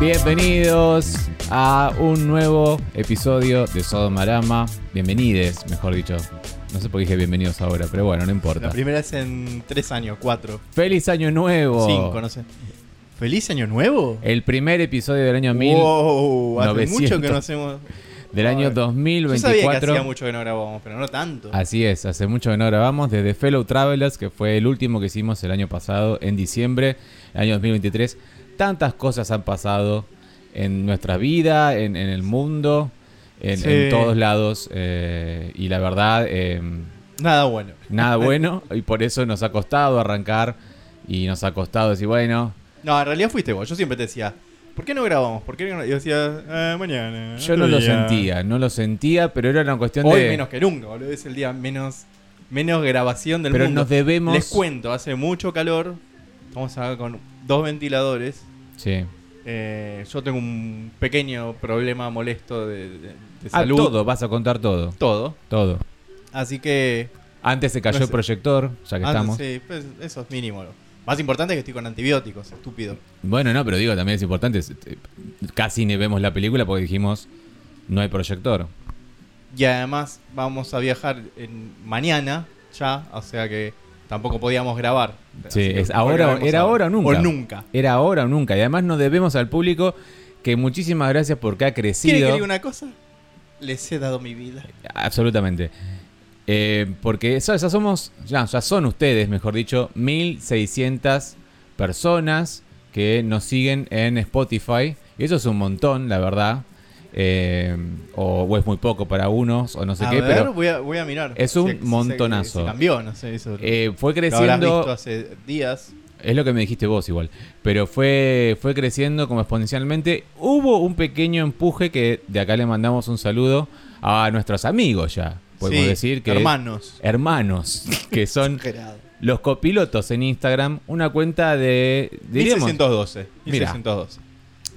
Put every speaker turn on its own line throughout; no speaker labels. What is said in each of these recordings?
Bienvenidos a un nuevo episodio de Sodomarama. Bienvenides, mejor dicho. No sé por qué dije bienvenidos ahora, pero bueno, no
La
importa.
primera es en tres años, cuatro,
¡Feliz Año Nuevo!
cinco, no sé. ¿Feliz año nuevo?
El primer episodio del año 1000,
wow, hace
1900.
mucho que no hacemos.
del año
Ay. Yo sabía que
2024.
hacía mucho que no grabábamos, pero no tanto.
Así es, hace mucho que no grabamos desde Fellow Travelers, que fue el último que hicimos el año pasado, en diciembre, el año 2023. Tantas cosas han pasado en nuestra vida, en, en el mundo, en,
Sí.
en todos lados. eh, y la verdad, eh,
Nada bueno.
nada bueno. Y por eso nos ha costado arrancar y nos ha costado decir, bueno,
No, en realidad fuiste vos. Yo siempre te decía, ¿por qué no grabamos? ¿Por qué no? Y Yo decía, "Eh, mañana.
yo
otro
no lo
día".
sentía, no lo sentía, pero era una cuestión
Hoy
de...
menos que nunca, boludo. Es el día menos, menos grabación del
pero
mundo.
nos debemos...
Les cuento, hace mucho calor. Vamos a con dos ventiladores.
Sí.
Eh, yo tengo un pequeño problema molesto de, de- de
Ah,
salud.
todo, vas a contar todo,
Todo.
todo.
Así que.
Antes se cayó
No
el
sé.
proyector, ya que
ah,
estamos.
sí, pues, eso es mínimo. Lo más importante es que estoy con antibióticos, estúpido.
Bueno, no, pero digo, también es importante. es- eh, Casi ni vemos la película porque dijimos, no hay proyector.
Y además vamos a viajar en mañana ya, o sea que tampoco podíamos grabar.
Sí,
Así que
es ahora o-
grabaremos
era ahora o nunca.
O nunca.
Era ahora o nunca. Y además nos debemos al público que muchísimas gracias porque ha
¿Quieren que
crecido.
diga una cosa? Les he dado mi vida.
Absolutamente. Eh, porque eso, ya somos, ya, ya son ustedes, mejor dicho, 1600 personas que nos siguen en Spotify. Y eso es un montón, la verdad. Eh, o, o es muy poco para unos, o no sé
a
qué,
ver,
pero
voy, a, voy a mirar.
es un
Si- si- si-
montonazo.
si cambió, no sé, eso.
eh, fue
lo habrás
creciendo.
visto hace días.
Es lo que me dijiste vos igual. Pero fue, fue creciendo como exponencialmente. Hubo un pequeño empuje que de acá le mandamos un saludo a nuestros amigos ya. Podemos
Sí,
decir que...
Hermanos.
Hermanos, que son
Exagerado.
los copilotos en Instagram. Una cuenta de... Diremos,
1612.
Mira.
1612.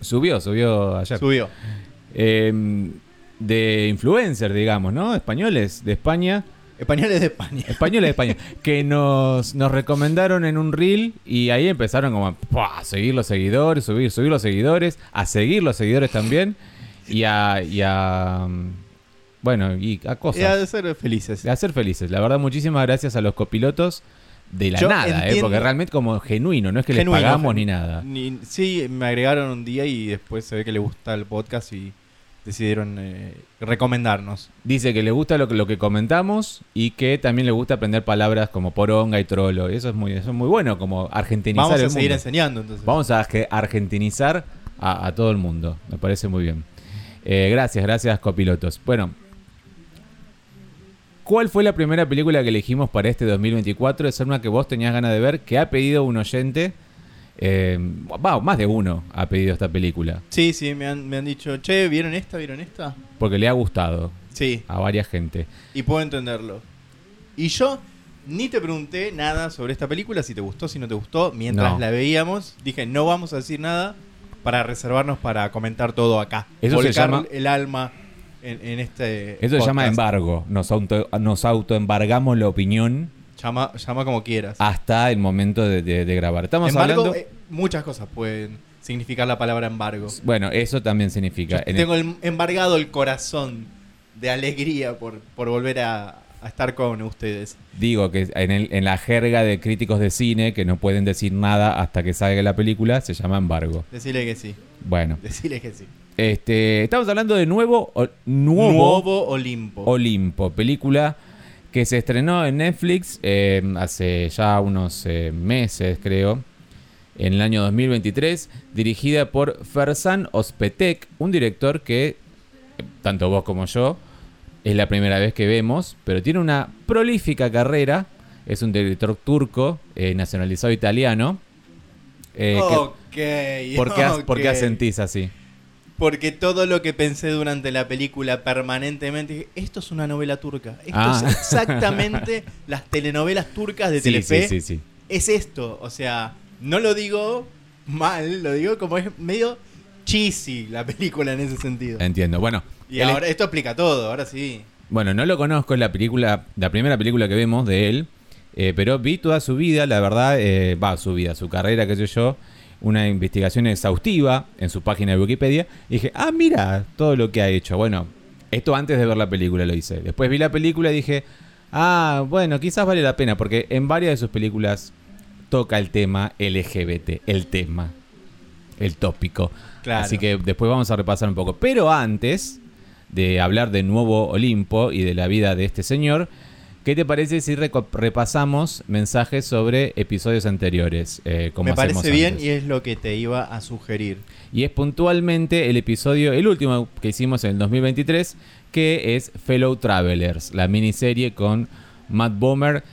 subió, subió ayer.
Subió.
Eh, de influencers, digamos, ¿no? Españoles de España.
Españoles de España.
Españoles de España. Que nos, nos recomendaron en un reel y ahí empezaron como a ¡pua! seguir los seguidores, subir, subir los seguidores, a seguir los seguidores también y a. y a, mm, bueno, y a
Y ha
cosas.
de ser felices.
A, ser felices. La verdad, muchísimas gracias a los copilotos de la
Yo
nada, ¿eh?
entiendo-
porque realmente como genuino, no es que
Genuino,
les pagamos
gen-
ni nada.
Ni- sí, me agregaron un día y después se ve que le gusta el podcast y decidieron eh, recomendarnos.
Dice que les gusta lo que, lo que comentamos y que también les gusta aprender palabras como poronga y trolo. Y eso es muy, eso es muy bueno, como argentinizar
Vamos
el
a seguir
mundo.
enseñando entonces.
Vamos a arge- argentinizar a, a todo el mundo. Me parece muy bien. Eh, gracias, gracias, copilotos. Bueno, ¿cuál fue la primera película que elegimos para este 2024? Es una que vos tenías ganas de ver, que ha pedido un oyente. eh, va, más de uno ha pedido esta película,
Sí, sí, me han, me han dicho, che, ¿vieron esta? ¿Vieron esta?
porque le ha gustado
Sí,
a varias gente.
y puedo entenderlo. Y yo ni te pregunté nada sobre esta película, si te gustó, si no te gustó, mientras
No.
la veíamos. Dije, no vamos a decir nada para reservarnos para comentar todo acá.
Eso se
Volcar
llama-
el alma en, en este
Eso se llama
podcast.
embargo. Nos, auto, nos autoembargamos la opinión
Llama, llama como quieras.
hasta el momento de, de- de grabar. Ah, Estamos
embargo,
hablando.
eh, muchas cosas pueden significar la palabra embargo.
Bueno, eso también significa.
Yo
En el-
tengo el- embargado el corazón de alegría por, por volver a, a estar con ustedes.
Digo que en, el- en la jerga de críticos de cine que no pueden decir nada hasta que salga la película se llama embargo.
Decirle que sí,
Bueno,
decirle que sí.
este, estamos hablando de nuevo, o- nuevo,
Nuevo Olimpo.
Olimpo, película que se estrenó en Netflix eh, hace ya unos eh, meses, creo, en el año 2023, dirigida por Fersan Ospetek, un director que, eh, tanto vos como yo, es la primera vez que vemos, pero tiene una prolífica carrera. Es un director turco, eh, nacionalizado italiano. Eh, que-
ok.
¿por, qué, as- por qué
ok.
asentís así?
Porque todo lo que pensé durante la película permanentemente, dije, esto es una novela turca. Esto
Ah.
es exactamente las telenovelas turcas de
Sí,
Telefe.
sí, sí, sí.
es esto. O sea, no lo digo mal, lo digo como es medio cheesy la película en ese sentido.
Entiendo. Bueno,
Y
él es-
ahora, esto explica todo, ahora sí.
Bueno, no lo conozco, es la película, la primera película que vemos de él, eh, pero vi toda su vida, la verdad, eh, va, su vida, su carrera, qué sé yo, una investigación exhaustiva en su página de Wikipedia. Y dije, ah, mira todo lo que ha hecho. Bueno, esto antes de ver la película lo hice. Después vi la película y dije, ah, bueno, quizás vale la pena, porque en varias de sus películas toca el tema LGBT, el tema, el tópico.
Claro.
Así que después vamos a repasar un poco. Pero antes de hablar de nuevo Olimpo y de la vida de este señor, ¿qué te parece si reco- repasamos mensajes sobre episodios anteriores? eh, como
Me
hacemos
parece bien
antes?
y es lo que te iba a sugerir.
Y es puntualmente el episodio, el último que hicimos en el 2023, que es Fellow Travelers, la miniserie con Matt Bomer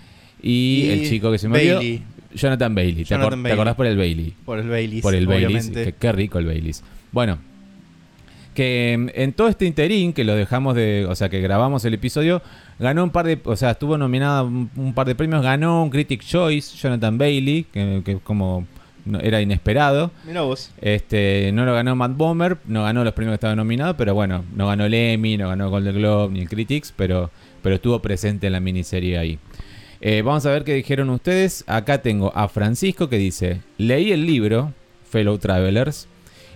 y,
Y
el chico que se me olvidó,
Bailey.
Jonathan Bailey. ¿Te, acor-
Jonathan
te
Bailey.
acordás por el Bailey?
Por el Baileys.
Por el Baileys.
obviamente.
que- Qué rico el Baileys. Bueno, que mm, en todo este interín que lo dejamos de. O sea, que grabamos el episodio, ganó un par de. O sea, estuvo nominada un, un par de premios, ganó un Critic Choice, Jonathan Bailey, que, que como no- era inesperado.
Mira vos.
Este, no lo ganó Matt Bomer, no ganó los premios que estaban nominados, pero bueno, no ganó el Emmy, no ganó Golden Globe ni el Critics, pero, pero estuvo presente en la miniserie ahí. Eh, vamos a ver qué dijeron ustedes. Acá tengo a Francisco que dice, leí el libro, Fellow Travelers,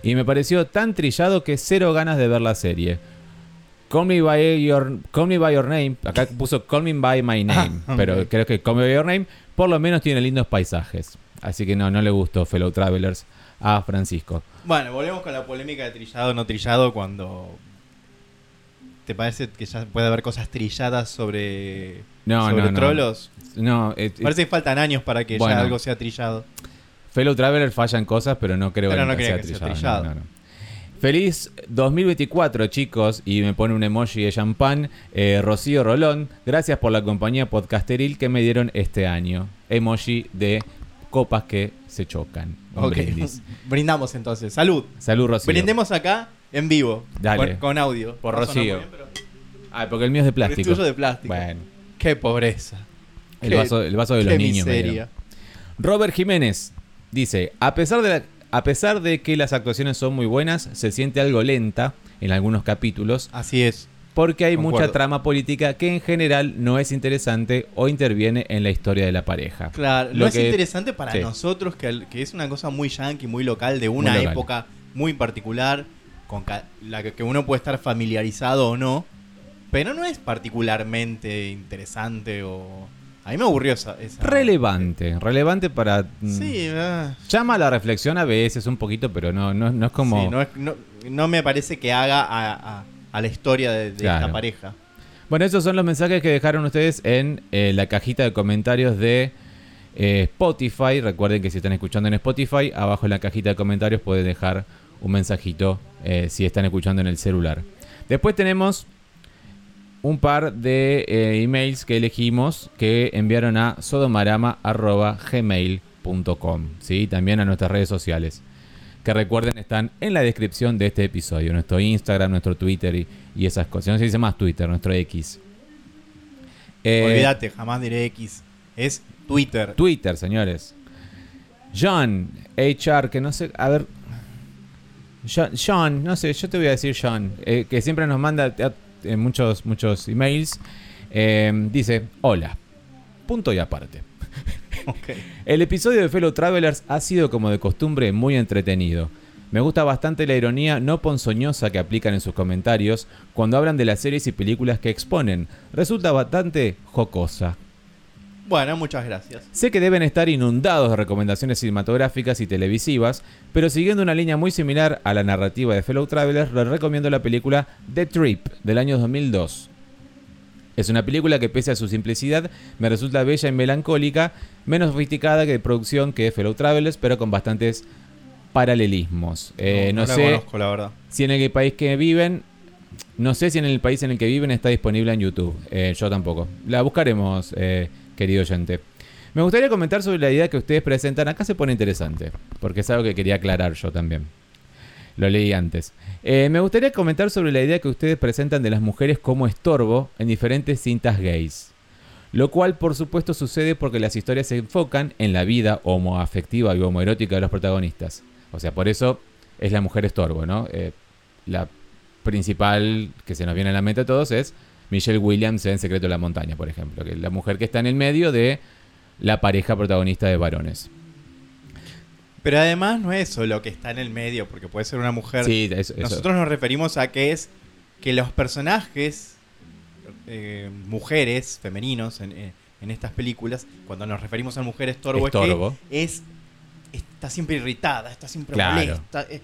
y me pareció tan trillado que cero ganas de ver la serie. Call me by your, call me by your name. Acá puso Call me by my name,
Ah,
pero
ok.
creo que Call me by your name por lo menos tiene lindos paisajes. Así que no, no le gustó Fellow Travelers a Francisco.
Bueno, volvemos con la polémica de trillado o no trillado cuando. ¿Te parece que ya puede haber cosas trilladas sobre,
No,
sobre
no, no.
trolos?
No, eh, eh,
Parece que faltan años para que
Bueno.
ya algo sea trillado.
Fellow Traveler fallan cosas, pero no creo
Pero
que,
no
nunca
creo que sea trillado.
no, no, no. Feliz 2024, chicos, y me pone un emoji de champán. Eh, Rocío Rolón, gracias por la compañía podcasteril que me dieron este año. Emoji de copas que se chocan. Un
Ok.
brindis.
Brindamos entonces. Salud.
Salud, Rocío.
Brindemos acá en vivo.
Dale.
Con, con audio.
Por
No sonó muy
Rocío.
bien, pero-
Ay, Ah, porque el mío es de
pero es
plástico.
tuyo de plástico.
Bueno,
Qué pobreza.
el
Qué-
vaso, el vaso de los
Qué
niños. me dieron.
miseria.
Robert Jiménez dice, a pesar, de la- a pesar de que las actuaciones son muy buenas, se siente algo lenta en algunos capítulos
Así es.
porque hay
Concuerdo.
mucha trama política que en general no es interesante o interviene en la historia de la pareja.
Claro,
Lo
no es
que-
interesante para
sí.
nosotros que, al- que es una cosa muy yankee, muy local, de
Muy
una
local.
época muy particular, con ca- la que, que uno puede estar familiarizado o no, pero no es particularmente interesante o... A mí me aburrió esa... esa-
Relevante, relevante para... mm,
Sí, ah,
Llama a la reflexión a veces un poquito, pero no, no, no es como...
sí, no, es- no- no me parece que haga a, a- a la historia de, de
Claro.
esta pareja.
Bueno, esos son los mensajes que dejaron ustedes en eh, la cajita de comentarios de eh, Spotify. Recuerden que si están escuchando en Spotify, abajo en la cajita de comentarios pueden dejar un mensajito eh, si están escuchando en el celular. Después tenemos un par de eh, emails que elegimos que enviaron a sodomarama.gmail.com. ¿sí? También a nuestras redes sociales. Que recuerden están en la descripción de este episodio. Nuestro Instagram, nuestro Twitter y, y esas cosas. No se dice más Twitter, nuestro X. Eh,
Olvídate, jamás diré X. Es Twitter.
Twitter, señores. John, HR, que no sé, a ver. John, John, no sé, yo te voy a decir John, eh, que siempre nos manda eh, eh, muchos, muchos emails. Eh, dice, hola, punto y aparte.
Ok.
El episodio de Fellow Travelers ha sido, como de costumbre, muy entretenido. Me gusta bastante la ironía no ponzoñosa que aplican en sus comentarios cuando hablan de las series y películas que exponen. Resulta bastante jocosa.
Bueno, muchas gracias.
Sé que deben estar inundados de recomendaciones cinematográficas y televisivas, pero siguiendo una línea muy similar a la narrativa de Fellow Travelers, les recomiendo la película The Trip del año 2002. Es una película que pese a su simplicidad me resulta bella y melancólica, menos sofisticada que de producción que Fellow Travelers, pero con bastantes paralelismos. Eh, no
la
sé
conozco, la verdad.
si en el país que viven, no sé si en el país en el que viven está disponible en YouTube. Eh, yo tampoco. La buscaremos, eh, querido oyente. Me gustaría comentar sobre la idea que ustedes presentan. Acá se pone interesante, porque es algo que quería aclarar yo también. Lo leí antes. Eh, me gustaría comentar sobre la idea que ustedes presentan de las mujeres como estorbo en diferentes cintas gays. Lo cual, por supuesto, sucede porque las historias se enfocan en la vida homoafectiva y homoerótica de los protagonistas. O sea, por eso es la mujer estorbo, ¿no? Eh, la principal que se nos viene a la mente a todos es Michelle Williams en Secreto de la Montaña, por ejemplo. Que es la mujer que está en el medio de la pareja protagonista de varones.
Pero además no es solo que está en el medio, porque puede ser una mujer.
Sí, eso- eso.
Nosotros nos referimos a que es que los personajes, eh, mujeres, femeninos, en, eh, en estas películas, cuando nos referimos a mujeres torbo, es que
Estorbo.
es, está siempre irritada, está siempre
Claro.
molesta, eh, eh,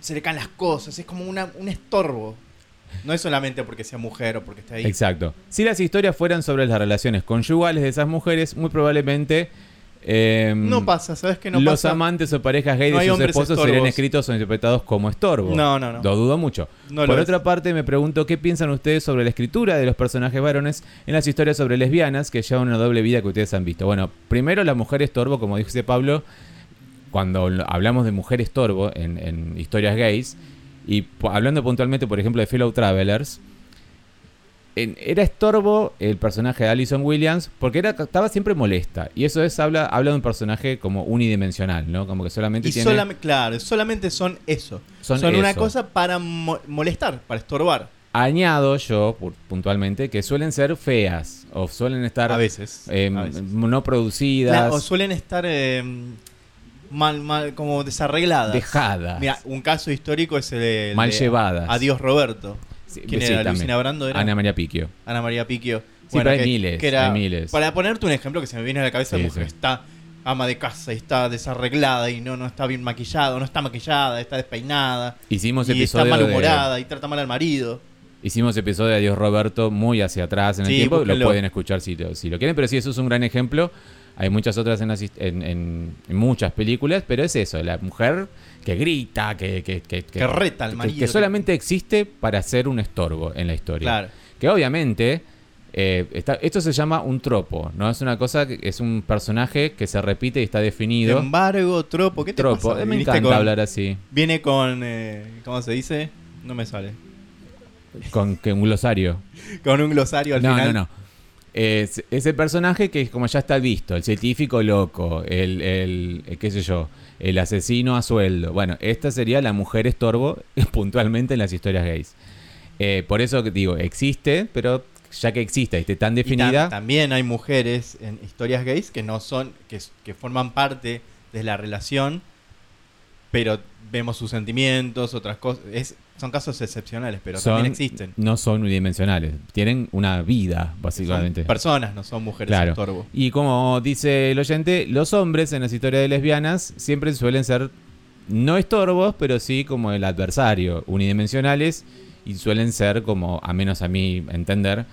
se le caen las cosas, es como una- un estorbo. No es solamente porque sea mujer o porque esté ahí.
Exacto. Si las historias fueran sobre las relaciones conyugales de esas mujeres, muy probablemente. eh,
No pasa, ¿sabes que no
los
pasa?
amantes o parejas gay
No
de
hay
sus
hombres
esposos
estorbos.
serían escritos o interpretados como estorbo.
No, no, no.
Lo dudo mucho.
No lo
Por
es.
otra parte, me pregunto qué piensan ustedes sobre la escritura de los personajes varones en las historias sobre lesbianas que llevan una doble vida que ustedes han visto. Bueno, primero la mujer estorbo, como dice Pablo, cuando lo- hablamos de mujer estorbo en, en historias gays, y po- hablando puntualmente, por ejemplo, de Fellow Travelers, en- era estorbo el personaje de Alison Williams porque era, estaba siempre molesta. Y eso es, habla, habla de un personaje como unidimensional, ¿no? Como que solamente
Y
tiene...
solamente, claro, solamente son eso.
Son
Son, una
eso.
cosa para mo- molestar, para estorbar.
Añado yo pu- puntualmente que suelen ser feas o suelen estar
a veces.
eh,
a veces.
no producidas,
Claro, o suelen estar eh, mal, mal, como desarregladas.
dejadas.
Mira, un caso histórico es el de. el
Mal
de
llevadas.
Adiós Roberto.
Sí,
¿Quién
sí,
era?
también.
¿Lucina Brando era?
Ana María Piquio.
Ana María Piquio.
pero hay miles, hay miles.
Para ponerte un ejemplo que se me viene a la cabeza,
Sí,
mujer
sí.
está ama de casa y está desarreglada y no, no está bien maquillada, no está maquillada, está despeinada.
Hicimos
y está
episodio de,
malhumorada y trata mal al marido.
hicimos episodio de Adiós Roberto muy hacia atrás en el
Sí,
tiempo. Lo
búsquenlo.
pueden escuchar si, lo- si lo quieren, pero sí, eso es un gran ejemplo. Hay muchas otras en, las his- en- en- en muchas películas, pero es eso, la mujer que grita, que, que, que,
Que reta al
que-
marido,
que
que-
solamente existe para ser un estorbo en la historia.
Claro.
Que obviamente, eh, está- esto se llama un tropo, ¿no? Es una cosa, que- es un personaje que se repite y está
Sin
definido.
embargo, Tropo, ¿qué te
Tropo,
pasa?
me
Viniste
encanta
con-
hablar así,
Viene con, eh, ¿cómo se dice? No me sale.
con que un glosario.
Con un glosario al
no,
final.
No, no, Es, es el personaje que como ya está visto, el científico loco, el, el- eh, qué sé yo, el asesino a sueldo. Bueno, esta sería la mujer estorbo puntualmente en las historias gays. Eh, por eso que digo, existe, pero ya que existe y esté tan
Y tam-
definida,
también hay mujeres en historias gays que no son, que, s- que forman parte de la relación, pero vemos sus sentimientos, otras cosas. Es, son casos excepcionales, pero
son-
también existen.
no son unidimensionales. Tienen una vida,
Son
básicamente.
personas, no son mujeres
Claro.
estorbo.
Y como dice el oyente, los hombres en las historias de lesbianas siempre suelen ser no estorbos, pero sí como el adversario, unidimensionales y suelen ser como, a menos a mí entender,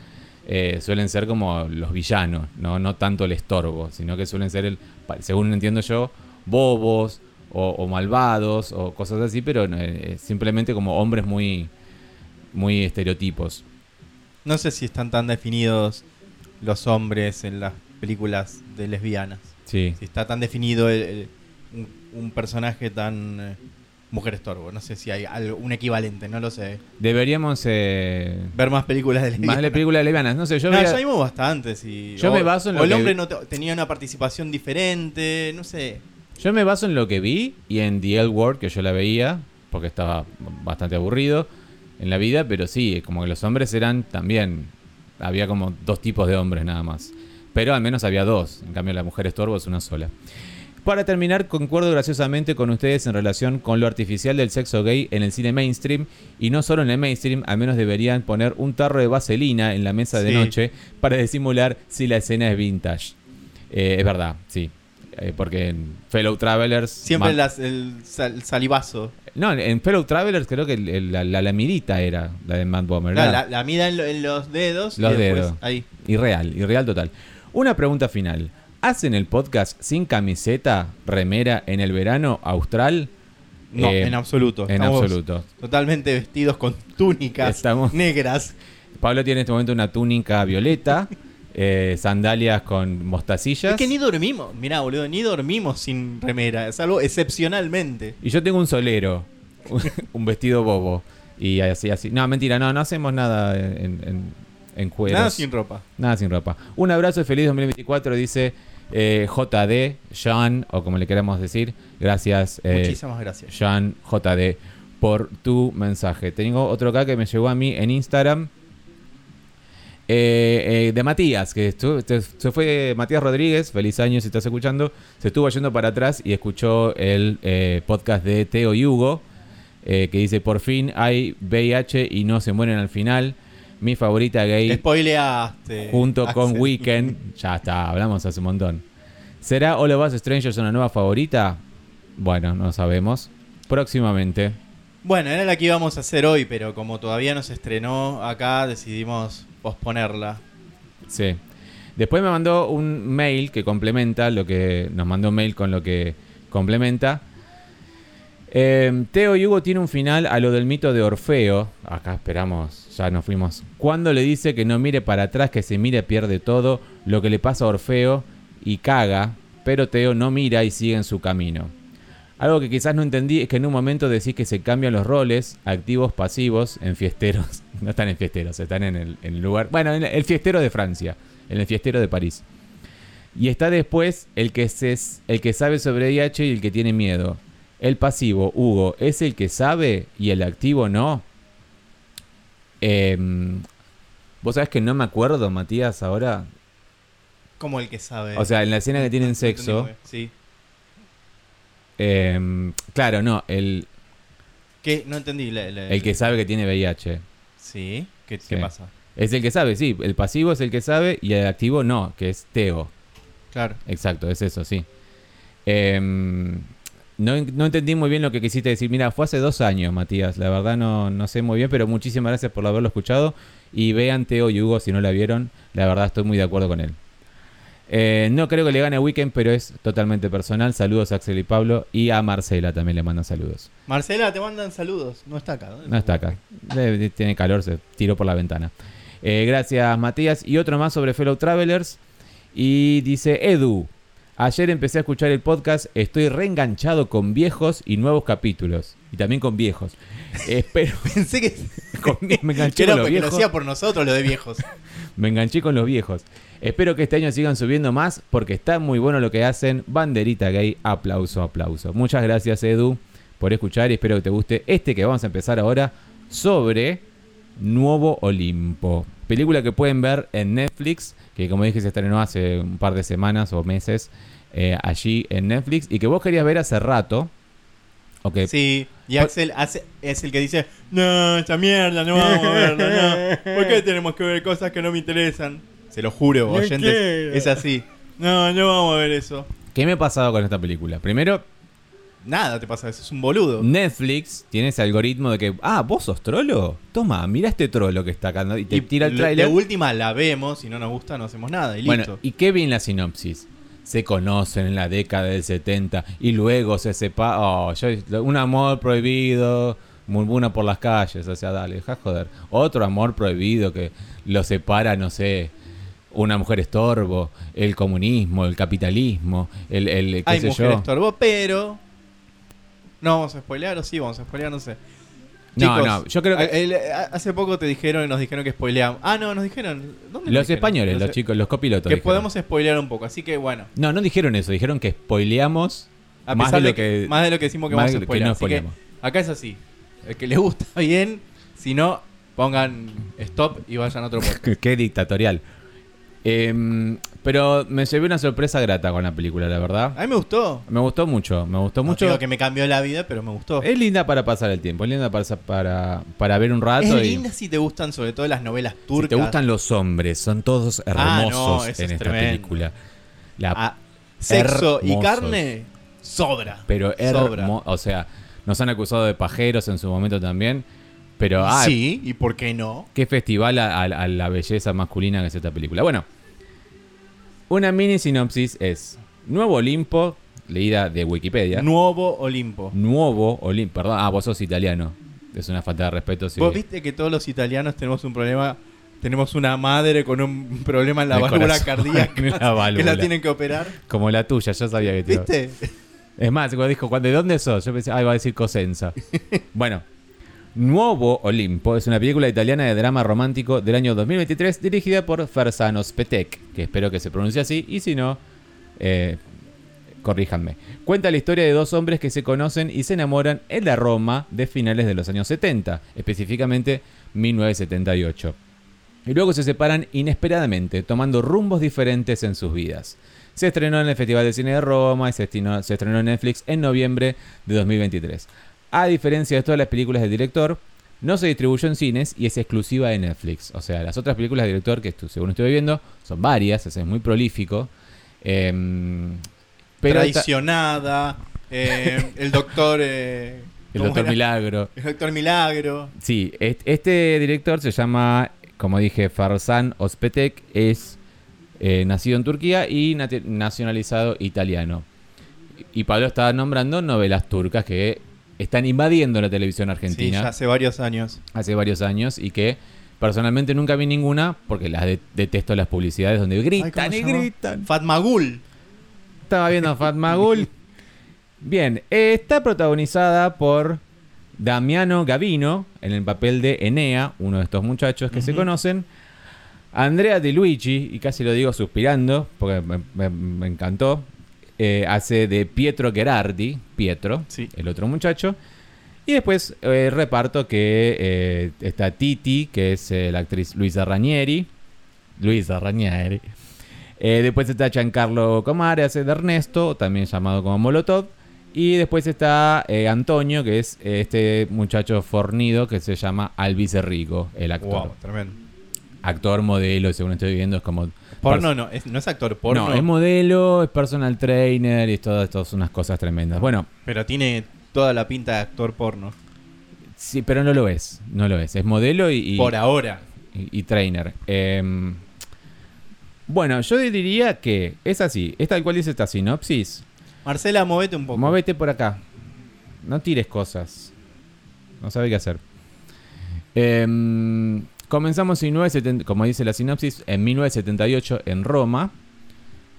eh, suelen ser como los villanos, ¿no? no tanto el estorbo, sino que suelen ser, el, pa- según entiendo yo, bobos o, o malvados o cosas así, pero eh, simplemente como hombres muy, muy estereotipos.
No sé si están tan definidos los hombres en las películas de lesbianas.
Sí.
Si está tan definido el- el- un, un personaje tan eh, mujer estorbo. No sé si hay algo- un equivalente, no lo sé.
Deberíamos... eh,
Ver más películas de lesbianas.
Más de películas lesbianas, no sé, yo
no,
veía-
ya vimos bastantes. Y,
Yo
o-
me baso en
o
lo
el
que-
hombre no te- tenía una participación diferente, no sé.
Yo me baso en lo que vi y en The L Word, que yo la veía, porque estaba bastante aburrido en la vida, pero sí, como que los hombres eran también. Había como dos tipos de hombres nada más. Pero al menos había dos. En cambio, la mujer estorbo es una sola. Para terminar, concuerdo graciosamente con ustedes en relación con lo artificial del sexo gay en el cine mainstream. Y no solo en el mainstream, al menos deberían poner un tarro de vaselina en la mesa de
Sí.
noche para disimular si la escena es vintage. Eh, es verdad, sí. Eh, porque en Fellow Travelers.
Siempre
ma-
las, el, sal- el salivazo.
No, en Fellow Travelers creo que el- el- la, la lamidita era la de Matt Bomber.
La,
¿verdad?
la- la mida en, lo- en los dedos. y
Los
después
dedos.
Ahí.
Irreal, irreal total. Una pregunta final. ¿Hacen el podcast sin camiseta, remera en el verano austral?
No,
Eh,
en absoluto.
En
Estamos
absoluto.
Totalmente vestidos con túnicas
Estamos-
negras.
Pablo tiene en este momento una túnica violeta, eh, sandalias con mostacillas.
Es que ni dormimos. Mirá, boludo, ni dormimos sin remera. Es algo excepcionalmente.
Y yo tengo un solero, un vestido bobo. Y así, así. No, mentira, no, no hacemos nada en, en, en cueros.
Nada sin ropa.
Nada sin ropa. Un abrazo y feliz 2024, dice eh, JD, Sean, o como le queramos decir. Gracias, eh,
Muchísimas gracias.
Sean JD, por tu mensaje. Tengo otro acá que me llegó a mí en Instagram. Eh, eh, de Matías, que estu- te- se fue Matías Rodríguez, feliz año si estás escuchando, se estuvo yendo para atrás y escuchó el eh, podcast de Teo y Hugo, eh, que dice, por fin hay VIH y no se mueren al final, mi favorita gay
Spoileaste.
junto con
Axel.
Weekend, ya está, hablamos hace un montón. ¿Será All of Us Strangers una nueva favorita? Bueno, no sabemos. Próximamente.
Bueno, era la que íbamos a hacer hoy, pero como todavía no se estrenó acá, decidimos posponerla.
Sí. Después me mandó un mail que complementa lo que. Nos mandó un mail con lo que complementa. Eh, Teo y Hugo tiene un final a lo del mito de Orfeo. Acá esperamos, ya nos fuimos. Cuando le dice que no mire para atrás, que si mire pierde todo, lo que le pasa a Orfeo y caga, pero Teo no mira y sigue en su camino. Algo que quizás no entendí es que en un momento decís que se cambian los roles, activos, pasivos, en fiesteros. No están en fiesteros, están en el, en el lugar. Bueno, en el fiestero de Francia, en el fiestero de París. Y está después el que, se, el que sabe sobre VIH y el que tiene miedo. El pasivo, Hugo, es el que sabe y el activo no. Em, Vos sabés que no me acuerdo, Matías, ahora.
Como el que sabe.
O sea, en la escena que tienen
No entendí muy
sexo.
bien. Sí.
em, claro, no, el,
Que no entendí. la- la-
el que sabe que tiene VIH.
Sí. ¿Qué,
Sí.
qué pasa?
Es el que sabe, sí. El pasivo es el que sabe y el activo no, que es Teo.
Claro.
Exacto, es eso, sí. Em, no, en- no entendí muy bien lo que quisiste decir. Mira, fue hace dos años, Matías. La verdad no, no sé muy bien, pero muchísimas gracias por haberlo escuchado. Y vean Teo y Hugo si no la vieron. La verdad estoy muy de acuerdo con él. Eh, no creo que le gane Weekend, pero es totalmente personal. Saludos a Axel y Pablo. Y a Marcela también le mando saludos.
Marcela, te mandan saludos. No está acá. ¿dónde
No está acá. Debe- de- Tiene calor, se tiró por la ventana. Eh, gracias, Matías. Y otro más sobre Fellow Travelers. Y dice Edu. Ayer empecé a escuchar el podcast. Estoy reenganchado con viejos y nuevos capítulos. Y también con viejos. Espero.
Pensé que,
con- me
que
enganché
era
con los
porque lo
viejos.
hacía por nosotros, lo de viejos.
Me enganché con los viejos. Espero que este año sigan subiendo más porque está muy bueno lo que hacen. Banderita gay, aplauso, aplauso. Muchas gracias Edu por escuchar y espero que te guste este que vamos a empezar ahora sobre Nuevo Olimpo. Película que pueden ver en Netflix, que como dije se estrenó hace un par de semanas o meses eh, allí en Netflix y que vos querías ver hace rato. Ok,
Sí. Y Axel hace, es el que dice, no, esta mierda, no vamos a verla, no. ¿Por qué tenemos que ver cosas que no me interesan? Se lo juro,
No
oyentes.
quiero.
Es así. No, no vamos a ver eso.
¿qué me ha pasado con esta película? Primero,
Nada te pasa, eso es un boludo.
Netflix tiene ese algoritmo de que, ah, vos sos trolo. Toma, mira este trolo que está acá ¿no? y te tira el
la-
trailer.
De última la vemos, si no nos gusta no hacemos nada y
Bueno,
listo.
y qué bien la sinopsis. Se conocen en la década del 70 y luego se separan. Oh, yo- un amor prohibido, murmura por las calles. O sea, dale, deja joder. Otro amor prohibido que lo separa, no sé, una mujer estorbo, el comunismo, el capitalismo, el, el qué
Hay
sé
mujer
yo.
estorbo, pero... No vamos a spoilear o sí, vamos a spoilear, no sé.
No,
Chicos,
no, yo creo que-
a- el- a- hace poco te dijeron, nos dijeron que spoileamos. Ah, no, nos dijeron. ¿dónde nos
Los
dijeron?
españoles,
No
los
sé.
chicos, los copilotos.
Que
dijeron.
podemos spoilear un poco, así que bueno.
No, no dijeron eso, dijeron que spoileamos
A
más
pesar
de lo que,
más de lo que decimos que
más
vamos
de lo
a
que
spoilear.
no
así que
spoileamos.
acá es así. El que le gusta bien, si no, pongan stop y vayan a otro podcast.
Qué dictatorial. Em, pero me llevé una sorpresa grata con la película, la verdad.
A mí me gustó.
Me gustó mucho, me gustó
No
mucho.
digo que me cambió la vida, pero me gustó.
Es linda para pasar el tiempo, es linda para, para, para ver un rato.
Es
y-
linda si te gustan sobre todo las novelas
si
turcas.
te gustan los hombres, son todos
Ah, no,
hermosos
eso
en
es
esta
tremendo.
película. La-
Ah, sexo y
hermosos.
carne, sobra.
pero
sobra.
hermo- o sea, nos han acusado de pajeros en su momento también. Pero ah,
sí, ¿y por qué no?
qué festival a, a- a la belleza masculina que es esta película. Bueno, una mini sinopsis es Nuevo Olimpo, leída de Wikipedia.
Nuevo Olimpo.
Nuevo Olimpo, perdón, ah, vos sos italiano. Es una falta de respeto. Sí.
Vos viste que todos los italianos tenemos un problema. Tenemos una madre con un problema en la
Del
válvula
corazón,
cardíaca
en la válvula.
que la tienen que operar.
Como la tuya, yo sabía que te iba-
¿Viste?
Es más, cuando dijo, "¿Cuál- ¿de dónde sos? Yo pensé, ah, iba a decir Cosenza. bueno, Nuevo Olimpo es una película italiana de drama romántico del año 2023 dirigida por Ferzano Spetek, que espero que se pronuncie así, y si no, eh, corríjanme. Cuenta la historia de dos hombres que se conocen y se enamoran en la Roma de finales de los años 70, específicamente 1978. y luego se separan inesperadamente, tomando rumbos diferentes en sus vidas. Se estrenó en el Festival de Cine de Roma y se estrenó, se estrenó en Netflix en noviembre de 2023. A diferencia de todas las películas del director, no se distribuyó en cines y es exclusiva de Netflix. O sea, las otras películas del director, que estu- según estoy viendo, son varias, es muy prolífico. Em, pero esta-
Traicionada, eh, el doctor... eh,
el
¿cómo
Doctor
era?
Milagro.
El doctor Milagro.
Sí, est- este director se llama, como dije, Farzan Ozpetek, es eh, nacido en Turquía y nati- nacionalizado italiano. Y Pablo está nombrando novelas turcas que están invadiendo la televisión
Sí, ya
argentina
hace varios años.
hace varios años y que personalmente nunca vi ninguna porque las de- detesto las publicidades donde gritan
Ay,
y
¿cómo se llama?
gritan.
Fatmagul.
Estaba viendo Fatma Gul. Bien, eh, está protagonizada por Damiano Gavino en el papel de Enea, uno de estos muchachos que se
Ujú.
conocen. Andrea De Luigi, y casi lo digo suspirando porque me, me- me encantó, eh, hace de Pietro Gerardi, Pietro,
Sí.
el otro muchacho. Y después eh, reparto que eh, está Titi, que es eh, la actriz Luisa Ranieri. Luisa Ranieri. Eh, después está Giancarlo Comare, hace de Ernesto, también llamado como Molotov. Y después está eh, Antonio, que es eh, este muchacho fornido que se llama Alvis Rico, el actor.
Wow, tremendo.
Actor, modelo, según estoy viendo, es como...
Porno no, es, no es actor porno,
No, es modelo, es personal trainer y todo esto, son unas cosas tremendas. Bueno,
pero tiene toda la pinta de actor porno.
sí, pero no lo es, no lo es. Es modelo y... y-
Por ahora.
y, y trainer. Em, bueno, yo diría que es así. Es tal cual dice esta sinopsis.
Marcela, movete un poco.
Movete por acá. No tires cosas. No sabe qué hacer. Em, comenzamos, en 1970 como dice la sinopsis, en 1978 en Roma.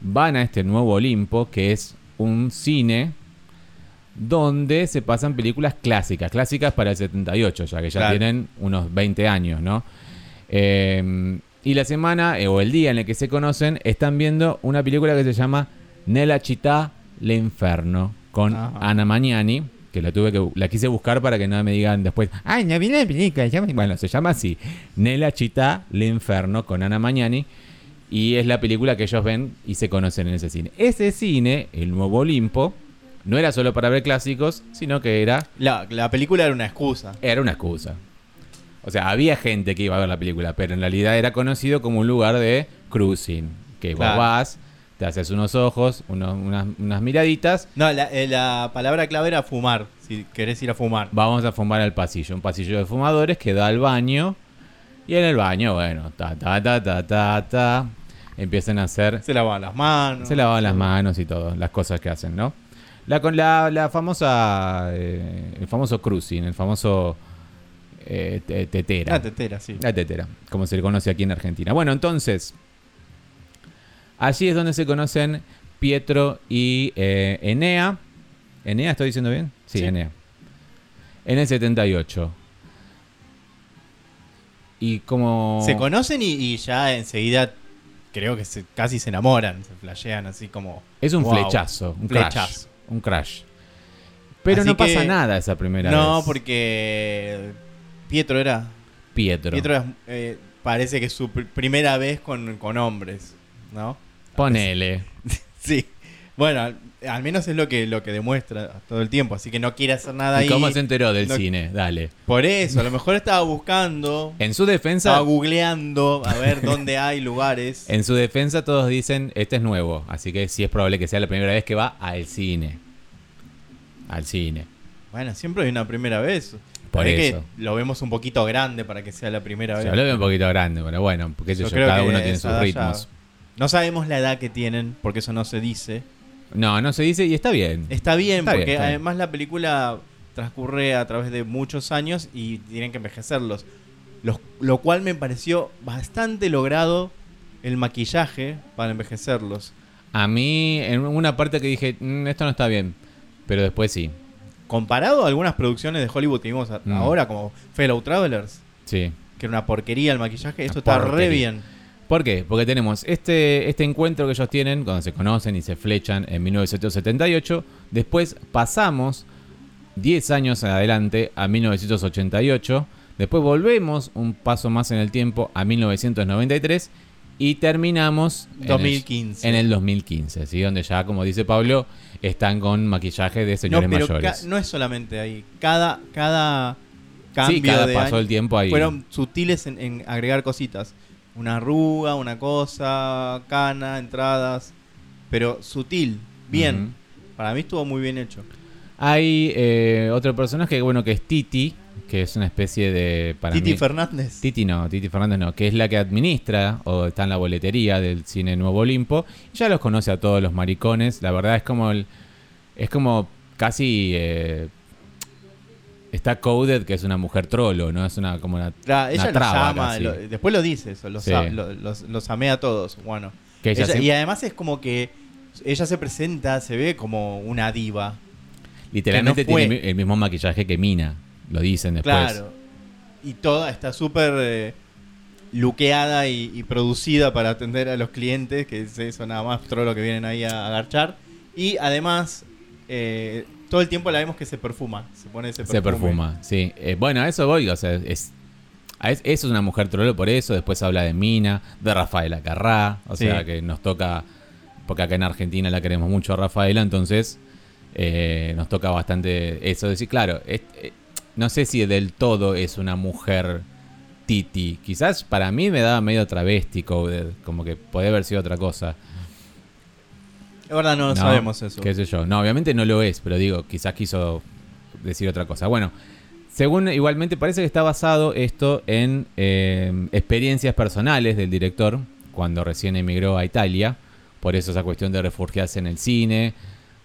Van a este nuevo Olimpo, que es un cine donde se pasan películas clásicas. Clásicas para el 78, ya que ya
Claro.
tienen unos 20 años, ¿no? Em, y la semana eh, o el día en el que se conocen están viendo una película que se llama Nella Città l'Inferno con
Ajá.
Ana Magnani, que la tuve que bu- la quise buscar para que no me digan después, ay, no vi la película, se llama-". bueno, se llama así, Nella Città l'Inferno con Ana Magnani y es la película que ellos ven y se conocen en ese cine. Ese cine, el Nuevo Olimpo, no era solo para ver clásicos, sino que era
La, la película era una excusa.
era una excusa. O sea, había gente que iba a ver la película, pero en realidad era conocido como un lugar de cruising. Que vos
Claro.
vas, te haces unos ojos, uno- unas, unas miraditas,
No, la, eh, la palabra clave era fumar, si querés ir a fumar.
vamos a fumar al pasillo. Un pasillo de fumadores que da al baño. Y en el baño, bueno, ta, ta, ta, ta, ta, ta. Empiezan a hacer
Se lavan las manos.
Se lavaban las manos y todo, las cosas que hacen, ¿no? La, con la, la famosa. eh, el famoso cruising, el famoso. eh, te- tetera.
Ah, tetera, sí.
La tetera, como se le conoce aquí en Argentina. Bueno, entonces. Allí es donde se conocen Pietro y eh, Enea. ¿Enea estoy diciendo bien? Sí,
Sí.
Enea. En el 78. Y como.
Se conocen y, y ya enseguida creo que se- casi se enamoran, se flashean así como...
Es un
Wow.
flechazo, un crash.
Flechazo.
Un crash. Pero
Así
no pasa
que-
nada esa primera vez.
No, porque Pietro era...
Pietro.
Pietro es, eh, parece que es su pr- primera vez con, con hombres, ¿no?
Ponele.
Sí. Bueno, al, al menos es lo que, lo que demuestra todo el tiempo, así que no quiere hacer nada
¿Y
ahí.
cómo se enteró del
No-
cine? Dale.
Por eso, a lo mejor estaba buscando,
En su
estaba
defensa.
googleando a ver dónde hay lugares.
En su defensa todos dicen, este es nuevo, así que sí es probable que sea la primera vez que va al cine. Al cine.
Bueno, siempre hay una primera vez.
Por
Hay
eso.
que lo vemos un poquito grande para que sea la primera
Se
vez.
habló un poquito grande, pero bueno, porque
Yo
yo,
creo
cada
que
uno tiene
esa
sus
edad
ritmos.
No sabemos la edad que tienen, porque eso no se dice.
No, no se dice y está bien.
Está bien,
Está bien,
porque
está bien.
además la película transcurre a través de muchos años y tienen que envejecerlos. Los- lo cual me pareció bastante logrado el maquillaje para envejecerlos.
A mí, en una parte que dije, "Mm, esto no está bien, pero después sí.
Comparado a algunas producciones de Hollywood que vimos a-
Mm.
ahora, como Fellow Travelers,
Sí.
que era una porquería el maquillaje, esto
Una
está re
porquería.
bien.
¿Por qué? Porque tenemos este, este encuentro que ellos tienen cuando se conocen y se flechan en 1978. Después pasamos 10 años adelante a 1988, Después volvemos un paso más en el tiempo a 1993 y terminamos en el-
2015.
En el, 2015, ¿sí? donde ya, como dice Pablo, están con maquillaje de señores
no, pero
mayores.
ca- no es solamente ahí. Cada, cada cambio
sí, cada
de
paso
año
del tiempo ahí.
fueron sutiles en, en agregar cositas. Una arruga, una cosa, cana, entradas. Pero sutil, bien.
Ujú.
Para mí estuvo muy bien hecho.
Hay eh, otro personaje, bueno, que es Titi, que es una especie de... Para
Titi
mí-
Fernández.
Titi no, Titi Fernández no, que es la que administra o está en la boletería del cine Nuevo Olimpo. Ya los conoce a todos los maricones. La verdad es como el, es como casi eh, está coded que es una mujer trolo, no es una como una
La- ella
una
lo
traba
llama,
casi.
lo- después lo dice eso, los,
Sí.
a- lo- los, los amé a todos. Bueno,
que ella
Ella-
se-
y además es como que ella se presenta, se ve como una diva.
literalmente
que no fue.
tiene mi- el mismo maquillaje que Mina, lo dicen después.
Claro. Y toda está súper eh, luqueada y, y producida para atender a los clientes, que es eso nada más, trolo que vienen ahí a agarchar. Y además, eh, todo el tiempo la vemos que se perfuma, se pone ese
Se
este perfume.
perfuma, sí. Eh, bueno, a eso voy, o sea, es, a es, eso es una mujer trolo por eso, después habla de Mina, de Rafaela Carrá, o
Sí.
sea, que nos toca, porque acá en Argentina la queremos mucho a Rafaela, entonces eh, nos toca bastante eso. Decir, claro, es- eh, no sé si del todo es una mujer titi, quizás para mí me daba medio travestico, como que podía haber sido otra cosa.
Es verdad, no, sabemos eso.
Qué sé yo. No, obviamente no lo es, pero digo, quizás quiso decir otra cosa. Bueno, según igualmente parece que está basado esto en eh, experiencias personales del director cuando recién emigró a Italia. Por eso esa cuestión de refugiarse en el cine.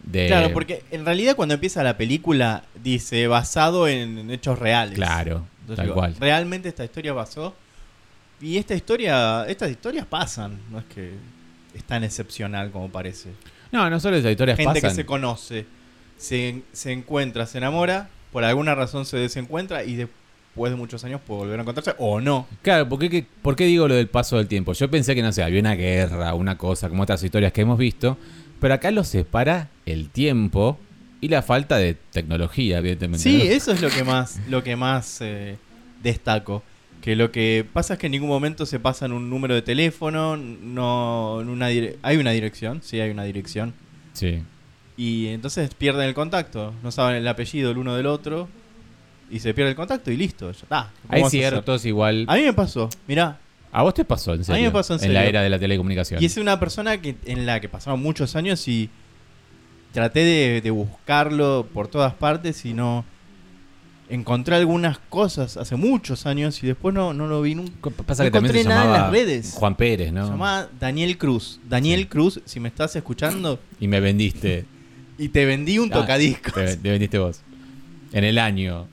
De,
Claro, porque en realidad cuando empieza la película dice basado en, en hechos reales.
Claro,
Entonces
tal
digo,
cual.
Realmente esta historia pasó. Y esta historia, estas historias pasan, no es que es tan excepcional como parece.
No, no solo esas historias
Gente
pasan.
que se conoce, se, se encuentra, se enamora, por alguna razón se desencuentra y después de muchos años puede volver a encontrarse o no.
Claro, ¿por qué, que- por qué digo lo del paso del tiempo? Yo pensé que, no sé, había una guerra, una cosa, como otras historias que hemos visto, pero acá los separa el tiempo y la falta de tecnología, evidentemente.
Sí,
¿no?
eso es lo que más, lo que más eh, destaco. Que lo que pasa es que en ningún momento se pasan un número de teléfono, no en una dire- hay una dirección, sí hay una dirección.
Sí.
Y entonces pierden el contacto, no saben el apellido el uno del otro, y se pierde el contacto y listo, ya está. ¿Cómo
Hay
vas a hacer?
ciertos igual.
A mí me pasó, mirá,
¿A vos te pasó en serio?
me pasó en serio.
la era de la telecomunicación.
Y es una persona que, en la que pasaron muchos años y traté de, de buscarlo por todas partes y no... Encontré algunas cosas hace muchos años y después no, no lo vi nunca.
Co- Pasa
no
que también se
encontré nada en
llamaba
las redes.
Juan Pérez, ¿no?
Se llamaba Daniel Cruz. Daniel
Sí.
Cruz, si me estás escuchando,
Y me vendiste.
y te vendí un
Ah,
tocadiscos.
Te, te vendiste vos. En el año